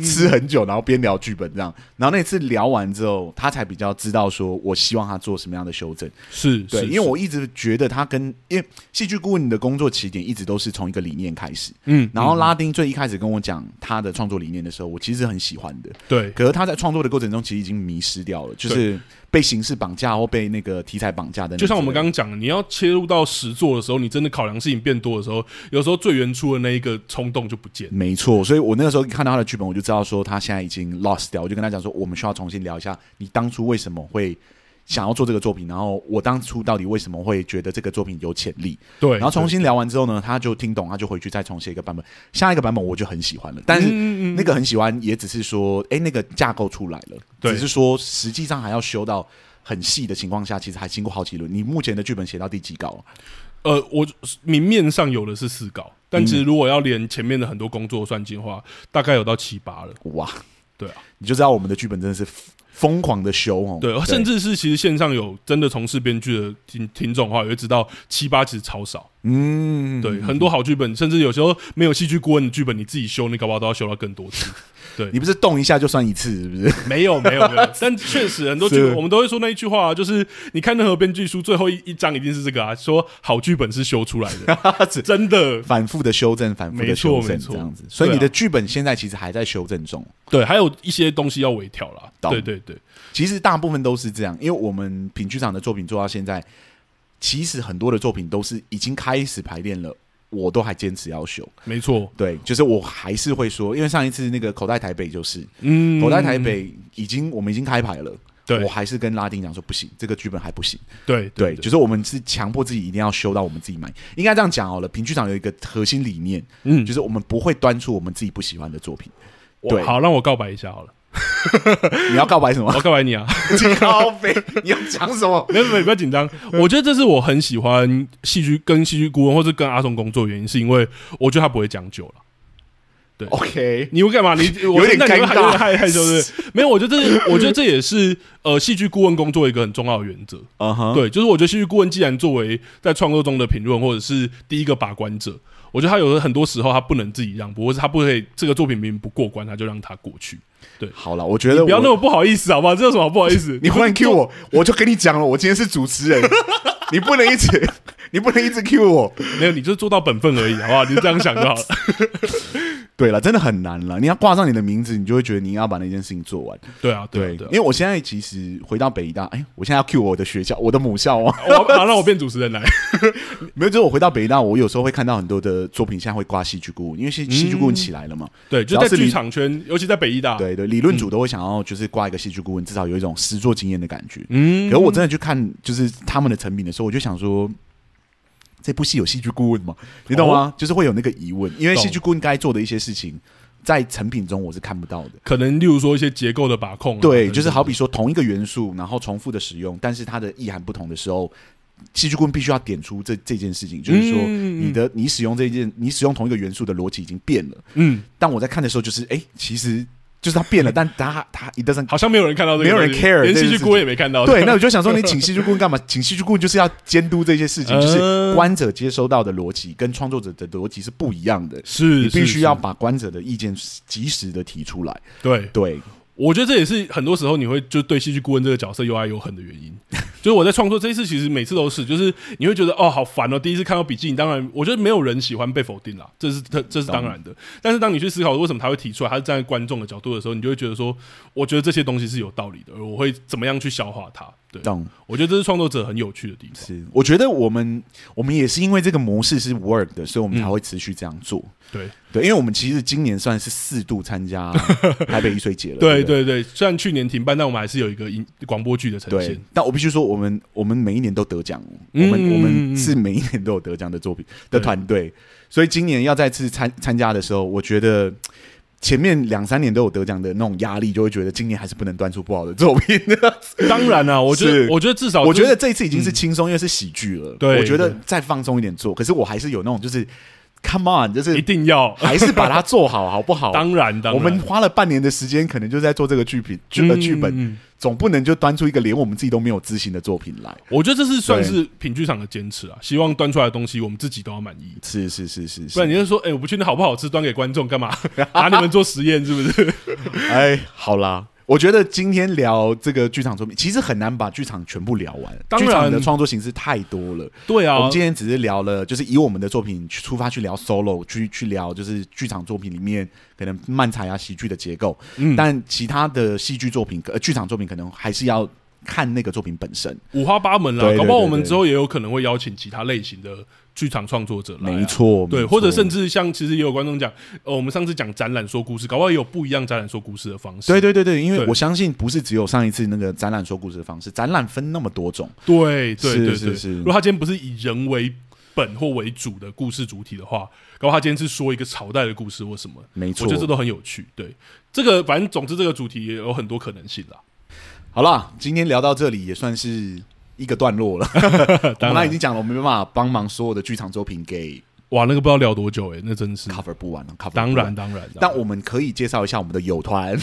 Speaker 1: 吃很久，然后边聊剧本这样。然后那次聊完之后，他才比较知道说我希望他做什么样的修正。
Speaker 2: 是，
Speaker 1: 对，
Speaker 2: 是
Speaker 1: 因为我一直觉得他跟因为戏剧顾问的工作起点一直都是从一个理念开始。
Speaker 2: 嗯，
Speaker 1: 然后拉丁最一开始跟我讲他的创作理念的时候，我其实很喜欢的。
Speaker 2: 对
Speaker 1: 可是他在创作的过程中，其实已经迷失掉了，就是被形式绑架或被那个题材绑架的那种。
Speaker 2: 就像我们刚刚讲的，你要切入到实作的时候，你真的考量事情变多的时候，有时候最原初的那一个冲动就不见。
Speaker 1: 没错，所以我那个时候看到他的剧本，我就知道说他现在已经 lost 掉。我就跟他讲说，我们需要重新聊一下，你当初为什么会想要做这个作品，然后我当初到底为什么会觉得这个作品有潜力。
Speaker 2: 对，
Speaker 1: 然后重新聊完之后呢，他就听懂，他就回去再重写一个版本，下一个版本我就很喜欢了。
Speaker 2: 嗯
Speaker 1: 但是那个很喜欢，也只是说，哎，那个架构出来了，
Speaker 2: 对
Speaker 1: 只是说实际上还要修到很细的情况下，其实还经过好几轮。你目前的剧本写到第几稿？啊
Speaker 2: 呃，我明面上有的是四稿，但
Speaker 1: 嗯
Speaker 2: 其实如果要连前面的很多工作算进的话，大概有到七八了。
Speaker 1: 哇，
Speaker 2: 对啊，
Speaker 1: 你就知道我们的剧本真的是疯狂的修哦。
Speaker 2: 对，甚至是其实线上有真的从事编剧的听听众的话，也会知道七八其实超少。
Speaker 1: 嗯，
Speaker 2: 对，很多好剧本，甚至有时候没有戏剧顾问的剧本，你自己修，你搞不好都要修到更多次。
Speaker 1: 你不是动一下就算一次，是不是？
Speaker 2: 没有，没有，没有。但确实很多剧
Speaker 1: 是
Speaker 2: 本，我们都会说那一句话、啊，就是你看任何编剧书，最后一一章一定是这个啊，说好剧本是修出来的，
Speaker 1: 只
Speaker 2: 真的。
Speaker 1: 反复的修正，反复的修
Speaker 2: 没
Speaker 1: 正
Speaker 2: 错
Speaker 1: 这样子
Speaker 2: 没。错
Speaker 1: 所以你
Speaker 2: 对
Speaker 1: 的
Speaker 2: 啊
Speaker 1: 剧本现在其实还在修正中。
Speaker 2: 对，还有一些东西要微调啦。
Speaker 1: 懂
Speaker 2: 对对对，
Speaker 1: 其实大部分都是这样，因为我们品剧场的作品做到现在，其实很多的作品都是已经开始排练了。我都还坚持要修，
Speaker 2: 没错。
Speaker 1: 对，就是我还是会说，因为上一次那个口袋台北就是
Speaker 2: 嗯，
Speaker 1: 口袋台北已经我们已经开排了，
Speaker 2: 对
Speaker 1: 我还是跟拉丁讲说不行，这个剧本还不行，
Speaker 2: 对
Speaker 1: 对，
Speaker 2: 对，
Speaker 1: 就是我们是强迫自己一定要修到我们自己满意，应该这样讲好了。评剧场有一个核心理念，
Speaker 2: 嗯
Speaker 1: 就是我们不会端出我们自己不喜欢的作品。
Speaker 2: 我
Speaker 1: 对
Speaker 2: 好，让我告白一下好了，
Speaker 1: 你要告白什 么？
Speaker 2: 我告白你啊，
Speaker 1: 高飞， 你要讲什么？
Speaker 2: 没有没有，不要 紧张。我觉得这是我很喜欢戏剧跟戏剧顾问或是跟阿松工作的原因，是因为我觉得他不会讲究了。
Speaker 1: OK，
Speaker 2: 你会干嘛？你我
Speaker 1: 有点
Speaker 2: 那你会
Speaker 1: 尴尬
Speaker 2: 有点害害羞是不是？没有，我觉得这是，我觉得这也是呃戏剧顾问工作一个很重要的原则。
Speaker 1: 嗯哼，
Speaker 2: 对，就是我觉得戏剧顾问既然作为在创作中的评论或者是第一个把关者，我觉得他有的很多时候他不能自己让步，或是他不可以这个作品明明不过关，他就让他过去。
Speaker 1: 好了，我觉得
Speaker 2: 不要那
Speaker 1: 我
Speaker 2: 么不好意思，好不好？这有什么好不好意思？
Speaker 1: 你忽然 Q 我，我就跟你讲了，我今天是主持人， 你不能一直， 你不能一直 Q 我。
Speaker 2: 没有，你就做到本分而已，好不好？你就这样想 就好了。
Speaker 1: 对了，真的很难了，你要挂上你的名字，你就会觉得你要把那件事情做完。
Speaker 2: 对啊，对啊，
Speaker 1: 因
Speaker 2: 对啊。
Speaker 1: 为我现在其实回到北医大，哎，我现在要 Q 我的学校，我的母校 哦。
Speaker 2: 我马上让我变主持人来。
Speaker 1: 没有，就是我回到北大，我有时候会看到很多的作品，现在会挂戏剧顾问，因为
Speaker 2: 嗯
Speaker 1: 戏戏剧顾问起来了嘛。
Speaker 2: 对，就
Speaker 1: 只要
Speaker 2: 在
Speaker 1: 是
Speaker 2: 剧
Speaker 1: 你
Speaker 2: 场圈，尤其在北医大。，
Speaker 1: 对对，理论组都会想要就是挂一个戏剧顾问，至少有一种实作经验的感觉。
Speaker 2: 嗯
Speaker 1: 可是我真的去看就是他们的成品的时候，我就想说，这部戏有戏剧顾问吗？你懂吗？就是会有那个疑问，因为
Speaker 2: 哦懂
Speaker 1: 戏剧顾问该做的一些事情，在成品中我是看不到的。
Speaker 2: 可能例如说一些结构的把控啊、
Speaker 1: 对，就是
Speaker 2: 等等
Speaker 1: 好比说同一个元素，然后重复的使用，但是它的意涵不同的时候，戏剧顾问必须要点出这这件事情，就是说
Speaker 2: 嗯嗯嗯
Speaker 1: 你的你使用这件你使用同一个元素的逻辑已经变了。
Speaker 2: 嗯，
Speaker 1: 但我在看的时候，就是哎、诶其实就是它变 了，但它它 it doesn't
Speaker 2: 好像没有人看到这个
Speaker 1: 没有
Speaker 2: 东
Speaker 1: 人
Speaker 2: 西，
Speaker 1: care
Speaker 2: 连
Speaker 1: 这
Speaker 2: 戏
Speaker 1: 件
Speaker 2: 剧
Speaker 1: 事
Speaker 2: 顾问也没 看到。
Speaker 1: 对，那我就想说，你请戏剧顾问干嘛？请戏剧顾问就是要监督这些事情，就是
Speaker 2: 嗯
Speaker 1: 观者接收到的逻辑跟创作者的逻辑是不一样的，
Speaker 2: 是
Speaker 1: 你必
Speaker 2: 是
Speaker 1: 须
Speaker 2: 是
Speaker 1: 要把观者的意见及时的提出来。
Speaker 2: 对。
Speaker 1: 对，
Speaker 2: 我觉得这也是很多时候你会就对戏剧顾问这个角色又爱又恨的原因。 就是我在创作这一次，其实每次都是，就是你会觉得哦好烦哦。第一次看到笔记，你当然我觉得没有人喜欢被否定啦，这是这这是当然的。但是当你去思考为什么他会提出来，他是站在观众的角度的时候，你就会觉得说，我觉得这些东西是有道理的，而我会怎么样去消化它。对，
Speaker 1: 懂。
Speaker 2: 我觉得这是创作者很有趣的地方。
Speaker 1: 是，我觉得我们我们也是因为这个模式是 work 的，所以我
Speaker 2: 嗯
Speaker 1: 们才会持续这样做。
Speaker 2: 对，
Speaker 1: 对，因为我们其实今年算是四度参 加台北艺术节了，
Speaker 2: 对
Speaker 1: 不对
Speaker 2: 对对，虽然去年停办，但我们还是有一个音广播剧的呈
Speaker 1: 对
Speaker 2: 现。
Speaker 1: 但我必须说，我们我们每一年都得奖，哦我
Speaker 2: 嗯
Speaker 1: 们我们是每一年都有得奖的作品的
Speaker 2: 对
Speaker 1: 团队，所以今年要再次参参加的时候，我觉得。前面两三年都有得奖的那种压力，就会觉得今年还是不能端出不好的作品。
Speaker 2: 当然啦、啊我觉
Speaker 1: 是
Speaker 2: 得我觉得至 少
Speaker 1: 我
Speaker 2: 哦就是嗯
Speaker 1: 觉得这一次已经是轻松，因为是喜剧了。
Speaker 2: 对
Speaker 1: 我觉得
Speaker 2: 对
Speaker 1: 再放松一点做，可是我还是有那种就是 Come on，就是
Speaker 2: 一定要，
Speaker 1: 还是把它做好，好不好？
Speaker 2: 当然，当然，
Speaker 1: 我们花了半年的时间，可能就在做这个剧品剧呃
Speaker 2: 嗯
Speaker 1: 剧本，
Speaker 2: 嗯
Speaker 1: 总不能就端出一个连我们自己都没有自信的作品来。
Speaker 2: 我觉得这是算是品剧场的坚持啊，希望端出来的东西我们自己都要满意。
Speaker 1: 是是是是
Speaker 2: 不然
Speaker 1: 是，
Speaker 2: 你就说，哎、我不确定好不好吃，端给观众干嘛？ 拿你们做实验是不是？
Speaker 1: 哎，好啦。我觉得今天聊这个剧场作品，其实很难把剧场全部聊完。
Speaker 2: 当
Speaker 1: 剧场
Speaker 2: 然
Speaker 1: 的创作形式太多了。
Speaker 2: 对
Speaker 1: 我
Speaker 2: 啊
Speaker 1: 们，今天只是聊了，就是以我们的作品去出发去聊 solo，去去聊就是剧场作品里面可能漫才啊、喜剧的结构，
Speaker 2: 嗯，
Speaker 1: 但其他的戏剧作品、呃剧场作品可能还是要看那个作品本身。
Speaker 2: 五花八门啦
Speaker 1: 对，对
Speaker 2: 搞不好
Speaker 1: 对
Speaker 2: 我们
Speaker 1: 对
Speaker 2: 之后也有可能会邀请其他类型的剧场创作者来、
Speaker 1: 没。错，
Speaker 2: 哎对，
Speaker 1: 没错
Speaker 2: 或者甚至像其实也有观众讲，呃，我们上次讲展览说故事，搞不好也有不一样展览说故事的方式。
Speaker 1: 对对对对，因为
Speaker 2: 对
Speaker 1: 我相信不是只有上一次那个展览说故事的方式，展览分那么多种，
Speaker 2: 对对
Speaker 1: 是
Speaker 2: 对
Speaker 1: 是
Speaker 2: 对
Speaker 1: 是
Speaker 2: 如果他今天不是以人为本或为主的故事主体的话，搞不好他今天是说一个朝代的故事或什么，
Speaker 1: 没
Speaker 2: 我
Speaker 1: 错
Speaker 2: 觉得。这都很有趣。对，这个反正总之这个主题也有很多可能性啦。
Speaker 1: 好啦，今天聊到这里也算是一个段落 了。我
Speaker 2: 当
Speaker 1: 们刚才已
Speaker 2: 然，
Speaker 1: 经讲了，我们没办法帮忙所有的剧场作品给
Speaker 2: 哇，那个不知道聊多久诶、欸那真是。
Speaker 1: cover 不完了，cover 不完
Speaker 2: 嗯当然，当然，
Speaker 1: 但我们可以介绍一下我们的友 团，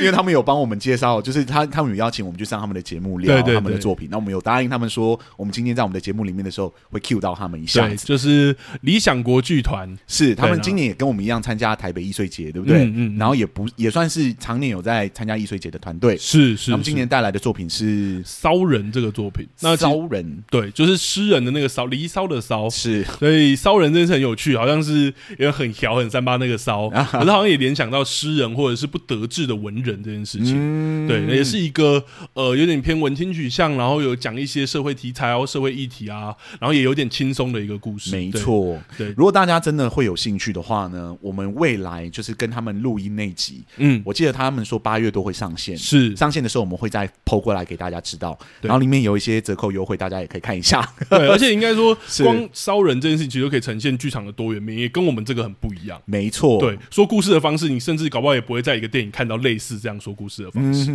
Speaker 1: 因为他们有帮我们介绍，就是他他们有邀请我们去上他们的节目聊
Speaker 2: 对对
Speaker 1: 他们的
Speaker 2: 对
Speaker 1: 作品。那我们有答应他们说，我们今天在我们的节目里面的时候会 cue 到他们一下
Speaker 2: 对，
Speaker 1: 子。
Speaker 2: 就是理想国剧团，
Speaker 1: 是他们
Speaker 2: 对啊
Speaker 1: 今年也跟我们一样参加台北艺穗节，对不对？
Speaker 2: 嗯嗯嗯
Speaker 1: 然后也不也算是常年有在参加艺穗节的团队。
Speaker 2: 是是，
Speaker 1: 他们今
Speaker 2: 是
Speaker 1: 年带来的作品是《
Speaker 2: 骚人这个作品，那其实
Speaker 1: 骚人
Speaker 2: 对，就是诗人的那个骚，离骚的骚》，，
Speaker 1: 是
Speaker 2: 所以骚人真是很有趣，好像是也很调很三八那个骚，
Speaker 1: 啊
Speaker 2: 可是好像也联想到诗人或者是不得志的文人这件事
Speaker 1: 嗯
Speaker 2: 情。对，也是一个呃有点偏文青取向，然后有讲一些社会题材啊、社会议题啊，然后也有点轻松的一个故事。
Speaker 1: 没
Speaker 2: 对，
Speaker 1: 错。
Speaker 2: 对
Speaker 1: 如果大家真的会有兴趣的话呢，我们未来就是跟他们录音那集，
Speaker 2: 嗯，
Speaker 1: 我记得他们说八月都会上线，
Speaker 2: 是
Speaker 1: 上线的时候我们会再抛过来给大家知道，
Speaker 2: 对
Speaker 1: 然后里面有一些折扣优惠，大家也可以看一下。
Speaker 2: 对，而且应该说
Speaker 1: 是，
Speaker 2: 光骚人这件事情其实就可以呈现剧场的多元面，也跟我们这个很不一样。
Speaker 1: 没错，
Speaker 2: 对，说故事的方式，你甚至搞不好也不会在一个电影看到类似这样说故事的 方式。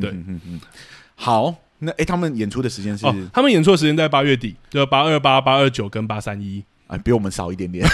Speaker 2: 对，
Speaker 1: 好，那诶，他们演出的时间是
Speaker 2: 哦，他们演出的时间在八月底，就八二八、八二九跟八三一。
Speaker 1: 啊，比我们少一点 点，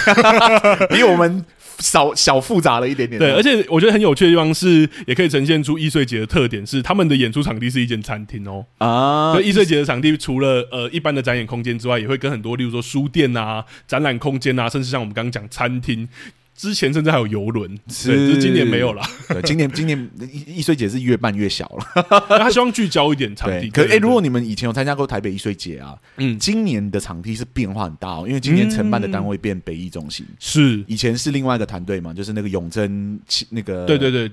Speaker 1: 比我们少小复杂了一点点。
Speaker 2: 对，而且我觉得很有趣的地方是，也可以呈现出易碎节的特点是，他们的演出场地是一间餐厅哦。
Speaker 1: 啊
Speaker 2: 就，易碎节的场地，除了呃一般的展演空间之外，也会跟很多，例如说书店啊、展览空间啊，甚至像我们刚刚讲餐厅，之前甚至还有游轮，
Speaker 1: 是
Speaker 2: 对，只是今年没有啦。
Speaker 1: 对今年今年易碎节是越办越小了。
Speaker 2: 他希望聚焦一点场
Speaker 1: 对
Speaker 2: 地。，
Speaker 1: 可诶，
Speaker 2: 对
Speaker 1: 如果你们以前有参加过台北易碎节啊，
Speaker 2: 嗯
Speaker 1: 今年的场地是变化很大哦，因为今年承办的单位变北艺中心。
Speaker 2: 嗯是，
Speaker 1: 以前是另外一个团队嘛，就是那个永贞，那个
Speaker 2: 对对 对，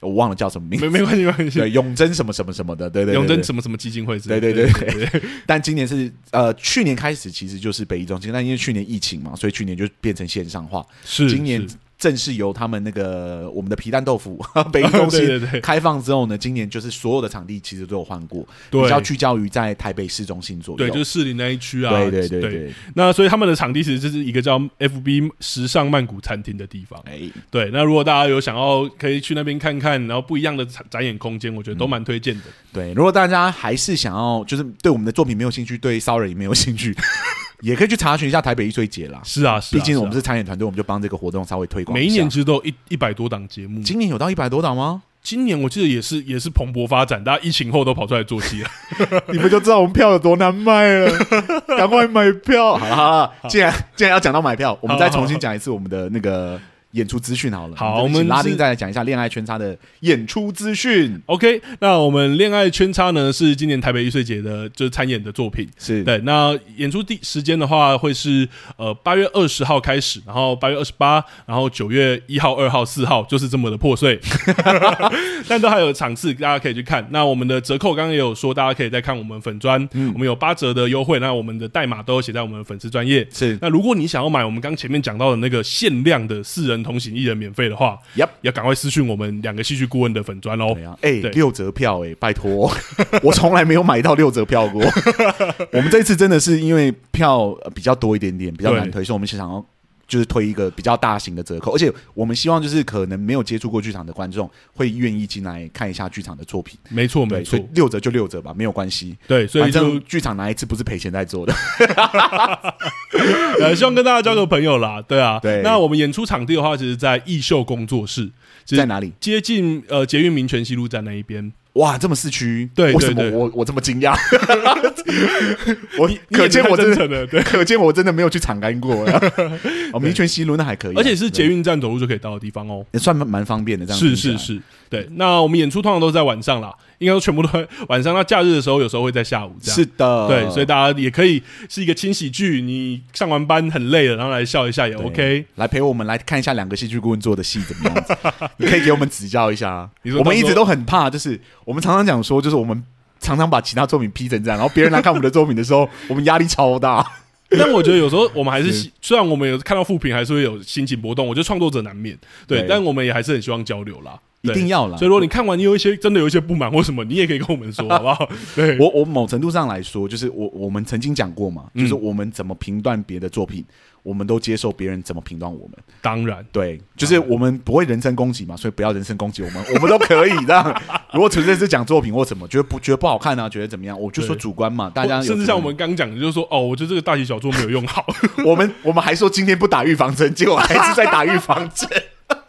Speaker 1: 我忘了叫什么名字，
Speaker 2: 没没关系没关系。
Speaker 1: 呃 对永贞什么什么什么的，对对对对
Speaker 2: 永贞什么什么基金会之类的，
Speaker 1: 对对对
Speaker 2: 对对，
Speaker 1: 但今年是呃，去年开始其实就是北一中心，但因为去年疫情嘛，所以去年就变成线上化。
Speaker 2: 是
Speaker 1: 今年
Speaker 2: 是
Speaker 1: 正式由他们那个我们的皮蛋豆 腐 北一中
Speaker 2: 对
Speaker 1: 心
Speaker 2: 对对
Speaker 1: 开放之后呢，今年就是所有的场地其实都有换过，
Speaker 2: 对
Speaker 1: 比较聚焦于在台北市中心左右。
Speaker 2: 对，就是士林那一区啊，
Speaker 1: 对对对
Speaker 2: 对
Speaker 1: 对，
Speaker 2: 那所以他们的场地其实就是一个叫 FB 时尚曼谷餐厅的地方。
Speaker 1: 哎，
Speaker 2: 对，那如果大家有想要可以去那边看看，然后不一样的展展演空间，我觉得都蛮推荐的。
Speaker 1: 对，如果大家还是想要就是对我们的作品没有兴趣，对骚人也没有兴趣， 也可以去查询一下台北艺穗节啦。
Speaker 2: 是啊，是啊，
Speaker 1: 毕竟我们
Speaker 2: 是
Speaker 1: 是参演团队，我们就帮这个活动稍微推
Speaker 2: 啊
Speaker 1: 广下。
Speaker 2: 每一年其实都有一一百多档节目。今
Speaker 1: 今年有到一百多档吗？
Speaker 2: 今年我记得也是也是蓬勃发展，大家疫情后都跑出来做戏了。
Speaker 1: 你们就知道我们票有多难卖 了，赶快买票！好了好了，既然既然要讲到买票，我们再重新讲一次我们的那个演出资讯好了。
Speaker 2: 好
Speaker 1: 们
Speaker 2: 我们
Speaker 1: 拉丁
Speaker 2: 是
Speaker 1: 再来讲一下恋爱圈差的演出资讯
Speaker 2: OK，那我们恋爱圈叉呢是今年台北艺穗节的就是参演的作品。
Speaker 1: 是
Speaker 2: 对，那演出地时间的话，会是呃八月二十号开始，然后八月二十八，然后九月一号、二号、四号，就是这么的 破碎，但都还有场次，大家可以去看。那我们的折扣刚刚也有说，大家可以再看我们粉砖，
Speaker 1: 嗯
Speaker 2: 我们有八折的优惠，那我们的代码都有写在我们的粉丝专业。
Speaker 1: 是
Speaker 2: 那如果你想要买我们刚前面讲到的那个限量的四人同行一人免费的话，
Speaker 1: ，Yep。
Speaker 2: 要赶快私讯我们两个戏剧顾问的粉砖哦喽
Speaker 1: 对。啊，哎、
Speaker 2: 对
Speaker 1: 六折票哎、拜托， 我从来没有买到六折票过。 我们这次真的是因为票呃比较多一点点，比较难
Speaker 2: 对
Speaker 1: 推，所以我们想要就是推一个比较大型的折扣，而且我们希望就是可能没有接触过剧场的观众会愿意进来看一下剧场的作品，
Speaker 2: 没错
Speaker 1: 对，
Speaker 2: 没
Speaker 1: 所
Speaker 2: 错
Speaker 1: 以，六折就六折吧，没有关系。
Speaker 2: 对，所以
Speaker 1: 反
Speaker 2: 就
Speaker 1: 正剧场哪一次不是赔钱在做的？
Speaker 2: 呃，希望跟大家交个朋友啦，对啊，
Speaker 1: 嗯对
Speaker 2: 那我们演出场地的话，其实在艺秀工作室，其实
Speaker 1: 在哪里？
Speaker 2: 接近呃捷运民权西路站那一边，
Speaker 1: 哇，这么市区，
Speaker 2: 对
Speaker 1: 为什么
Speaker 2: 对对
Speaker 1: 我我这么惊 讶？我
Speaker 2: 你
Speaker 1: 可见我
Speaker 2: 真
Speaker 1: 真
Speaker 2: 诚
Speaker 1: 的，啊
Speaker 2: 的，对，
Speaker 1: 可见我真的没有去长干过 呀。哦，民权西路那还可以啊，
Speaker 2: 而且是捷
Speaker 1: 对
Speaker 2: 运站走路就可以到的地方哦。
Speaker 1: 也算蛮蛮方便的，这样
Speaker 2: 是
Speaker 1: 听起
Speaker 2: 是
Speaker 1: 来，
Speaker 2: 是，对。那我们演出通常都是在晚上啦，应该说全部都在晚上。那假日的时候，有时候会在下午这样。
Speaker 1: 是的，
Speaker 2: 对，所以大家也可以是一个轻喜剧，你上完班很累了，然后来笑一下也
Speaker 1: 对
Speaker 2: OK。
Speaker 1: 来陪我们来看一下两个戏剧顾问做的戏怎么样 子，你可以给我们指教一下啊。
Speaker 2: 你说
Speaker 1: 我们
Speaker 2: 到
Speaker 1: 一
Speaker 2: 时候
Speaker 1: 直都很怕，就是我们常常讲说，就是我们常常把其他作品批成这样，然后别人来看我们的作品的时候，我们压力超 大。
Speaker 2: 但我觉得有时候我们还是
Speaker 1: 是
Speaker 2: 希，虽然我们有看到负评，还是会有心情波动。我觉得创作者难免对
Speaker 1: 对，
Speaker 2: 但我们也还是很希望交流啦，
Speaker 1: 一定
Speaker 2: 要。
Speaker 1: 要啦
Speaker 2: 所以，如果你看完，你有一些真的有一些不满或什么，你也可以跟我 们说，好不好？对，
Speaker 1: 我我某程度上来说，就是我我们曾经讲过嘛，
Speaker 2: 嗯
Speaker 1: 就是我们怎么评断别的作品，我们都接受别人怎么评断我们。
Speaker 2: 当然，
Speaker 1: 对，就是我们不会人身攻击嘛，所以不要人身攻击 我们，我们都可以这样。如果纯粹是讲作品或什么，觉得不觉得不好看啊，觉得怎么样，我就说
Speaker 2: 对
Speaker 1: 主观 嘛，大家有
Speaker 2: 甚至
Speaker 1: 主观
Speaker 2: 像我们刚讲的，就是说，哦，我觉得这个大题小做没有用好，
Speaker 1: 我们我们还 说今天不打预防针，结果还是在打预防针。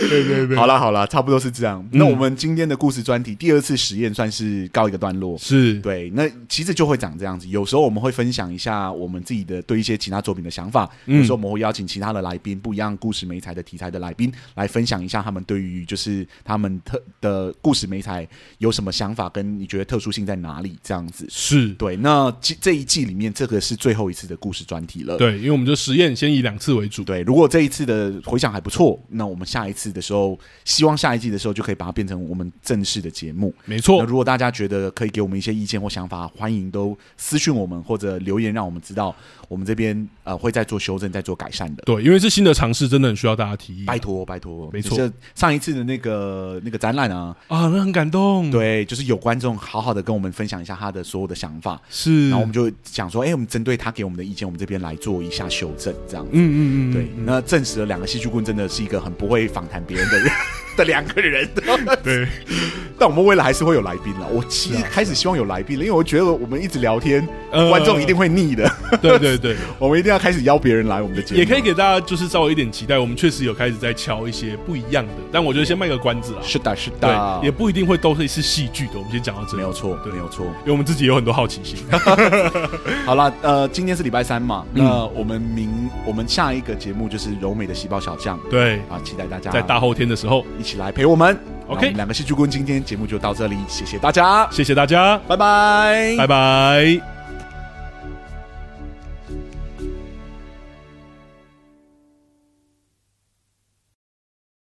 Speaker 2: 对对对，
Speaker 1: 好啦好啦，差不多是这样。那我们今天的故事专题第二次实验算是告一个段落。
Speaker 2: 是，
Speaker 1: 对，那其实就会长这样子。有时候我们会分享一下我们自己的对一些其他作品的想法，
Speaker 2: 嗯
Speaker 1: 有时候我们会邀请其他的来宾，不一样故事媒材的题材的来宾来分享一下他们对于就是他们特的故事媒材有什么想法，跟你觉得特殊性在哪里这样子。
Speaker 2: 是，
Speaker 1: 对，那这这一季里面这个是最后一次的故事专题了。
Speaker 2: 对，因为我们就实验先以两次为主，
Speaker 1: 对，如果这一次的回响还不错，那我们下一次的时候，希望下一季的时候就可以把它变成我们正式的节目。
Speaker 2: 没
Speaker 1: 那
Speaker 2: 错，
Speaker 1: 如果大家觉得可以给我们一些意见或想法，欢迎都私讯我们或者留言，让我们知道，我们这边呃会再做修正、再做改善的。
Speaker 2: 对，因为是新的尝试，真的很需要大家提议
Speaker 1: 拜托，拜托，
Speaker 2: 嗯没错。
Speaker 1: 上一次的那个那个展览啊，
Speaker 2: 啊，那很感动，，
Speaker 1: 对，就是有观众好好的跟我们分享一下他的所有的想法，
Speaker 2: 是，
Speaker 1: 然后我们就想说，哎、我们针对他给我们的意见，我们这边来做一下修正，这样子。
Speaker 2: 嗯嗯嗯，
Speaker 1: 对，那证实了两个戏剧顾问真的是一个很不会访谈别人的人 的两个人。
Speaker 2: 对，
Speaker 1: 但我们未来还是会有来宾了。我其实
Speaker 2: 是啊
Speaker 1: 开始希望有来宾了，因为我觉得我们一直聊天，
Speaker 2: 呃
Speaker 1: 观众一定会腻 的。
Speaker 2: 对对对，
Speaker 1: 我们一定要开始邀别人来我们的节目。
Speaker 2: 也可以给大家就是稍微一点期待，我们确实有开始在敲一些不一样的，但我觉得先卖个关子啦，
Speaker 1: 是的，是的
Speaker 2: 对，，也不一定会都是是戏剧的，我们先讲到这
Speaker 1: 没
Speaker 2: 里，
Speaker 1: 有错，
Speaker 2: 对
Speaker 1: 没有错。
Speaker 2: 因为我们自己有很多好奇 心，
Speaker 1: 好了，呃，今天是礼拜三嘛，
Speaker 2: 嗯
Speaker 1: 那我们明我们下一个节目就是柔美的细胞小将
Speaker 2: 对，
Speaker 1: 啊，期待大家
Speaker 2: 在大后天的时候，
Speaker 1: 一起来陪我们。
Speaker 2: OK
Speaker 1: 那我们两个戏剧顾问今天节目就到这里，谢谢大家，
Speaker 2: 谢谢大家，
Speaker 1: 拜拜，
Speaker 2: 拜拜。